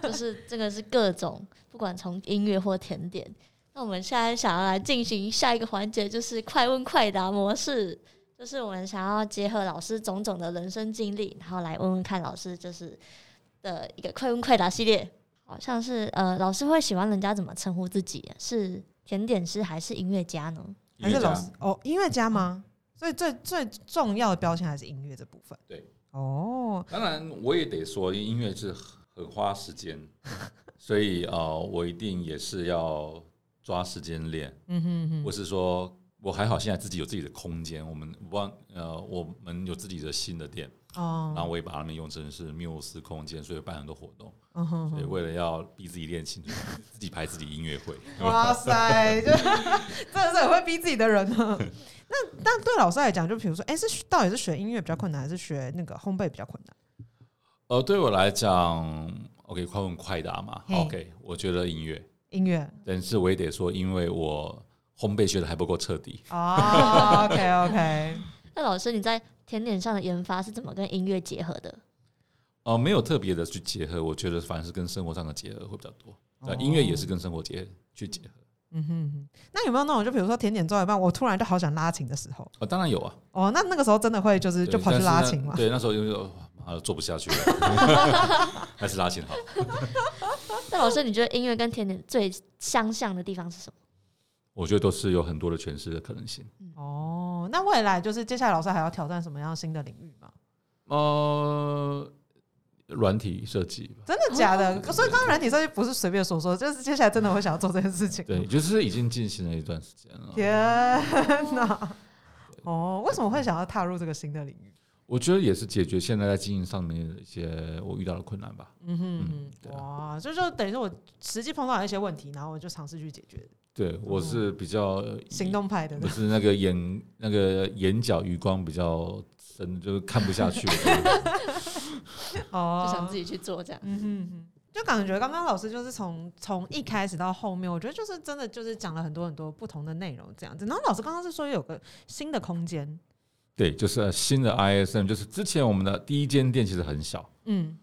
B: 就是这个是各种，不管从音乐或甜点。那我们现在想要来进行下一个环节，就是快问快答模式，就是我们想要结合老师种种的人生经历，然后来问问看老师就是的一个快问快答系列。好像是呃，老师会喜欢人家怎么称呼自己？是甜点师还是音乐家呢？
A: 还是
C: 啊音乐家
A: 老师哦，音乐家吗？所以最最重要的标签还是音乐这部分。
C: 对，
A: 哦，
C: 当然，我也得说，音乐是很花 时间，所以呃，我一定也是要抓时间练。
A: 嗯哼
C: 我
A: 哼，
C: 是说，我还好，现在自己有自己的空间，我们不呃，我们有自己的新的店，然
A: 哦，
C: 后我也把它们用成是缪斯空间，所以办很多活动。
A: 嗯哼
C: 所以
A: 哼，
C: 为了要逼自己练琴，就自己排自己音乐会。
A: 哇塞，就真的是很会逼自己的人呢。那但对老师来讲，就比如说，哎、是到底是学音乐比较困难，还是学那个烘焙比较困难？
C: 呃，对我来讲，OK，快问快答嘛
A: 嘿
C: ，OK，我觉得音乐，
A: 音乐
C: 但是我也得说，因为我烘焙学的还不够彻底。
A: 哦，OK OK，
B: 那老师你在甜点上的研发是怎么跟音乐结合的？
C: 呃，没有特别的去结合，我觉得反而是跟生活上的结合会比较多。对，啊
A: 哦
C: 音乐也是跟生活结去结合。
A: 嗯哼哼。那有没有那种，就比如说甜点做到一半，我突然就好想拉琴的时候？
C: 哦，当然有啊，
A: 哦，那那个时候真的会就是
C: 对
A: 就跑去
C: 但是
A: 拉
C: 那
A: 琴嘛？
C: 对，那时候就是哦妈的做不下 去了， 还是拉琴好。
B: 那老师你觉得音乐跟甜点最相像的地方是什么？
C: 我觉得都是有很多的诠释的可能性。
A: 哦，那未来就是接下来老师还要挑战什么样新的领域吗？
C: 呃，软体设计吧，
A: 真的假的？所以刚刚软体设计不是随便说说，就是接下来真的会想要做这件事情。
C: 对，就是已经进行了一段时间了。
A: 天哪！哦，为什么会想要踏入这个新的领域？
C: 我觉得也是解决现在在经营上面的一些我遇到的困难吧。
A: 嗯
C: 嗯
A: 哼，
C: 对
A: 哇，就就等于说我实际碰到的一些问题，然后我就尝试去解决。
C: 对我是比较
A: 行，动派的
C: 不是那个眼那个眼角余光比较深，就是看不下去。了。
A: 哦，
B: 就想自己去做这样。
A: 嗯哼哼，就感觉刚刚老师就是从从一开始到后面，我觉得就是真的就是讲了很多很多不同的内容这样子。然后老师刚刚是说有个新的空间，
C: 对，就是新的 ISM，就是之前我们的第一间店其实很小
A: 嗯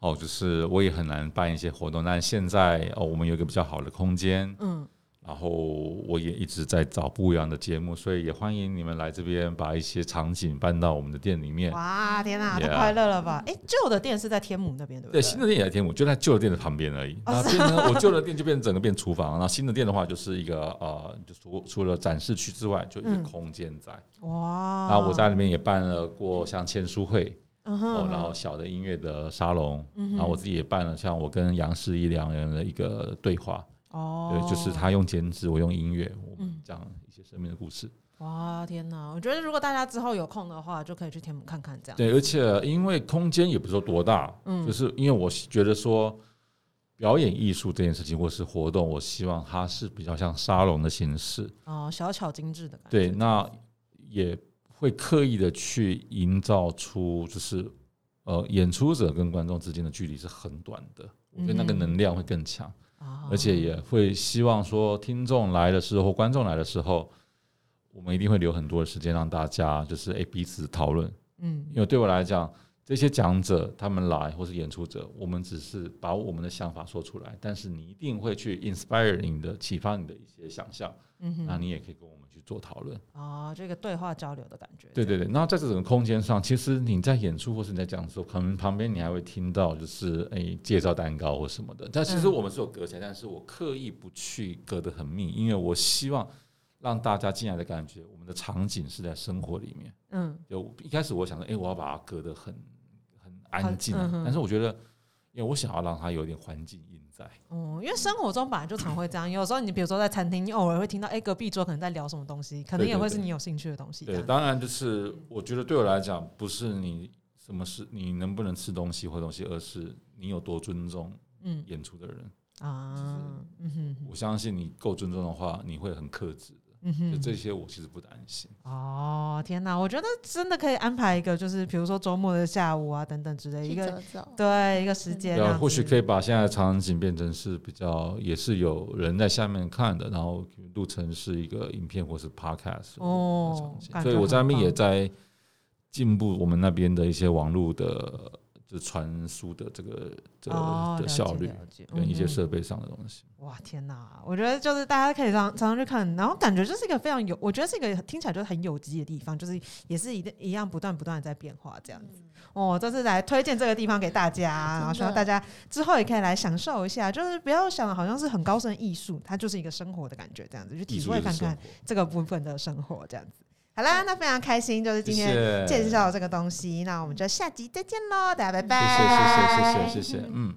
C: 哦，就是我也很难办一些活动，但现在哦，我们有一个比较好的空间，
A: 嗯，
C: 然后我也一直在找不一样的节目，所以也欢迎你们来这边把一些场景搬到我们的店里面。
A: 哇，天哪、太
C: Yeah
A: 快乐了吧！哎、旧的店是在天母那边对不哦
C: 对，
A: 对？
C: 新的店也在天母，就在旧的店的旁边而已。那变成我旧的店就变成整个变厨房，然后新的店的话就是一个呃，就除除了展示区之外，就一个
A: 嗯哦
C: 空间在。
A: 哇，
C: 那我在那边也办了过像签书会，
A: 嗯哼，
C: 哦，然后小的音乐的沙龙，
A: 嗯哼
C: 然后我自己也办了像我跟杨世一两人的一个对话，
A: 哦，
C: 对，就是他用剪纸，我用音乐，我
A: 嗯
C: 们讲一些生命的故事。
A: 哇，天哪！我觉得如果大家之后有空的话，就可以去天母看看这样。
C: 对，而且因为空间也不是说多大，
A: 嗯
C: 就是因为我觉得说表演艺术这件事情或是活动，我希望它是比较像沙龙的形式。
A: 哦，小巧精致的感觉。
C: 对，那也会刻意的去营造出就是呃演出者跟观众之间的距离是很短的，我觉得那个
A: 嗯
C: 能量会更强，
A: 哦
C: 而且也会希望说听众来的时候，观众来的时候。我们一定会留很多的时间让大家就是诶彼此讨论，
A: 嗯
C: 因为对我来讲，这些讲者他们来或是演出者，我们只是把我们的想法说出来，但是你一定会去 inspire 你的，启发你的一些想象，
A: 嗯哼，
C: 那你也可以跟我们去做讨论。
A: 哦，这个对话交流的感觉。
C: 对对对，那在这种空间上，其实你在演出或是你在讲的时候，可能旁边你还会听到就是诶、介绍蛋糕或什么的，但其实
A: 嗯
C: 我们是有隔起来，但是我刻意不去隔得很密，因为我希望让大家进来的感觉，我们的场景是在生活里面。
A: 嗯
C: 有一开始我想说，哎、我要把它隔得很很安静、
A: 嗯哼
C: 但是我觉得，因为我想要让它有点环境音在，
A: 哦，因为生活中本来就常会这样，有时候你比如说在餐厅，你偶尔会听到，哎、隔壁桌可能在聊什么东西，可能
C: 对
A: 也
C: 对
A: 会是
C: 对
A: 你有兴趣的东西这
C: 对，
A: 样。
C: 当然就是我觉得对我来讲，不是你什么事你能不能吃东西或东西，而是你有多尊重
A: 嗯
C: 演出的人。
A: 啊，嗯哼，
C: 我相信你够尊重的话，你会很克制的。
A: 嗯
C: 就
A: 哼，
C: 这些，我其实不担心。
A: 哦，天哪，我觉得真的可以安排一个，就是比如说周末的下午啊，等等之类一
B: 去
A: 个
B: 走走，
A: 对一个时间
C: 对
A: 啊，
C: 啊，或许可
A: 以。
C: 以把现在的场景变成是比较，也是有人在下面看的，然后录成是一个影片或是 podcast
A: 哦
C: 的场景
A: 感觉
C: 所以我在那边
A: 很棒
C: 也在进步我们那边的一些网络的就传输的这个这
A: 哦
C: 个，
A: 了
C: 呃的
A: 解
C: 效率
A: 了解
C: 跟一些
A: 嗯
C: 设备上的东西。
A: 哇，天哪！我觉得就是大家可以常常常去看，然后感觉就是一个非常有，我觉得是一个听起来就是很有机的地方，就是也是一定一样不断不断的在变化这样子。哦，这次来推荐这个地方给大家，然后希望大家之后也可以来享受一下，就是不要想好像是很高嗯深的艺术，它就是一个生活的感觉这样子，去
C: 艺
A: 体
C: 术
A: 会
C: 就是
A: 看
C: 生
A: 看
C: 活，
A: 这个部分的生活这样子。好啦，那非常开心，就是今天
C: 谢谢
A: 介绍这个东西，那我们就下集再见喽，大家拜
C: 谢谢
A: 拜，
C: 谢谢谢谢谢谢，嗯。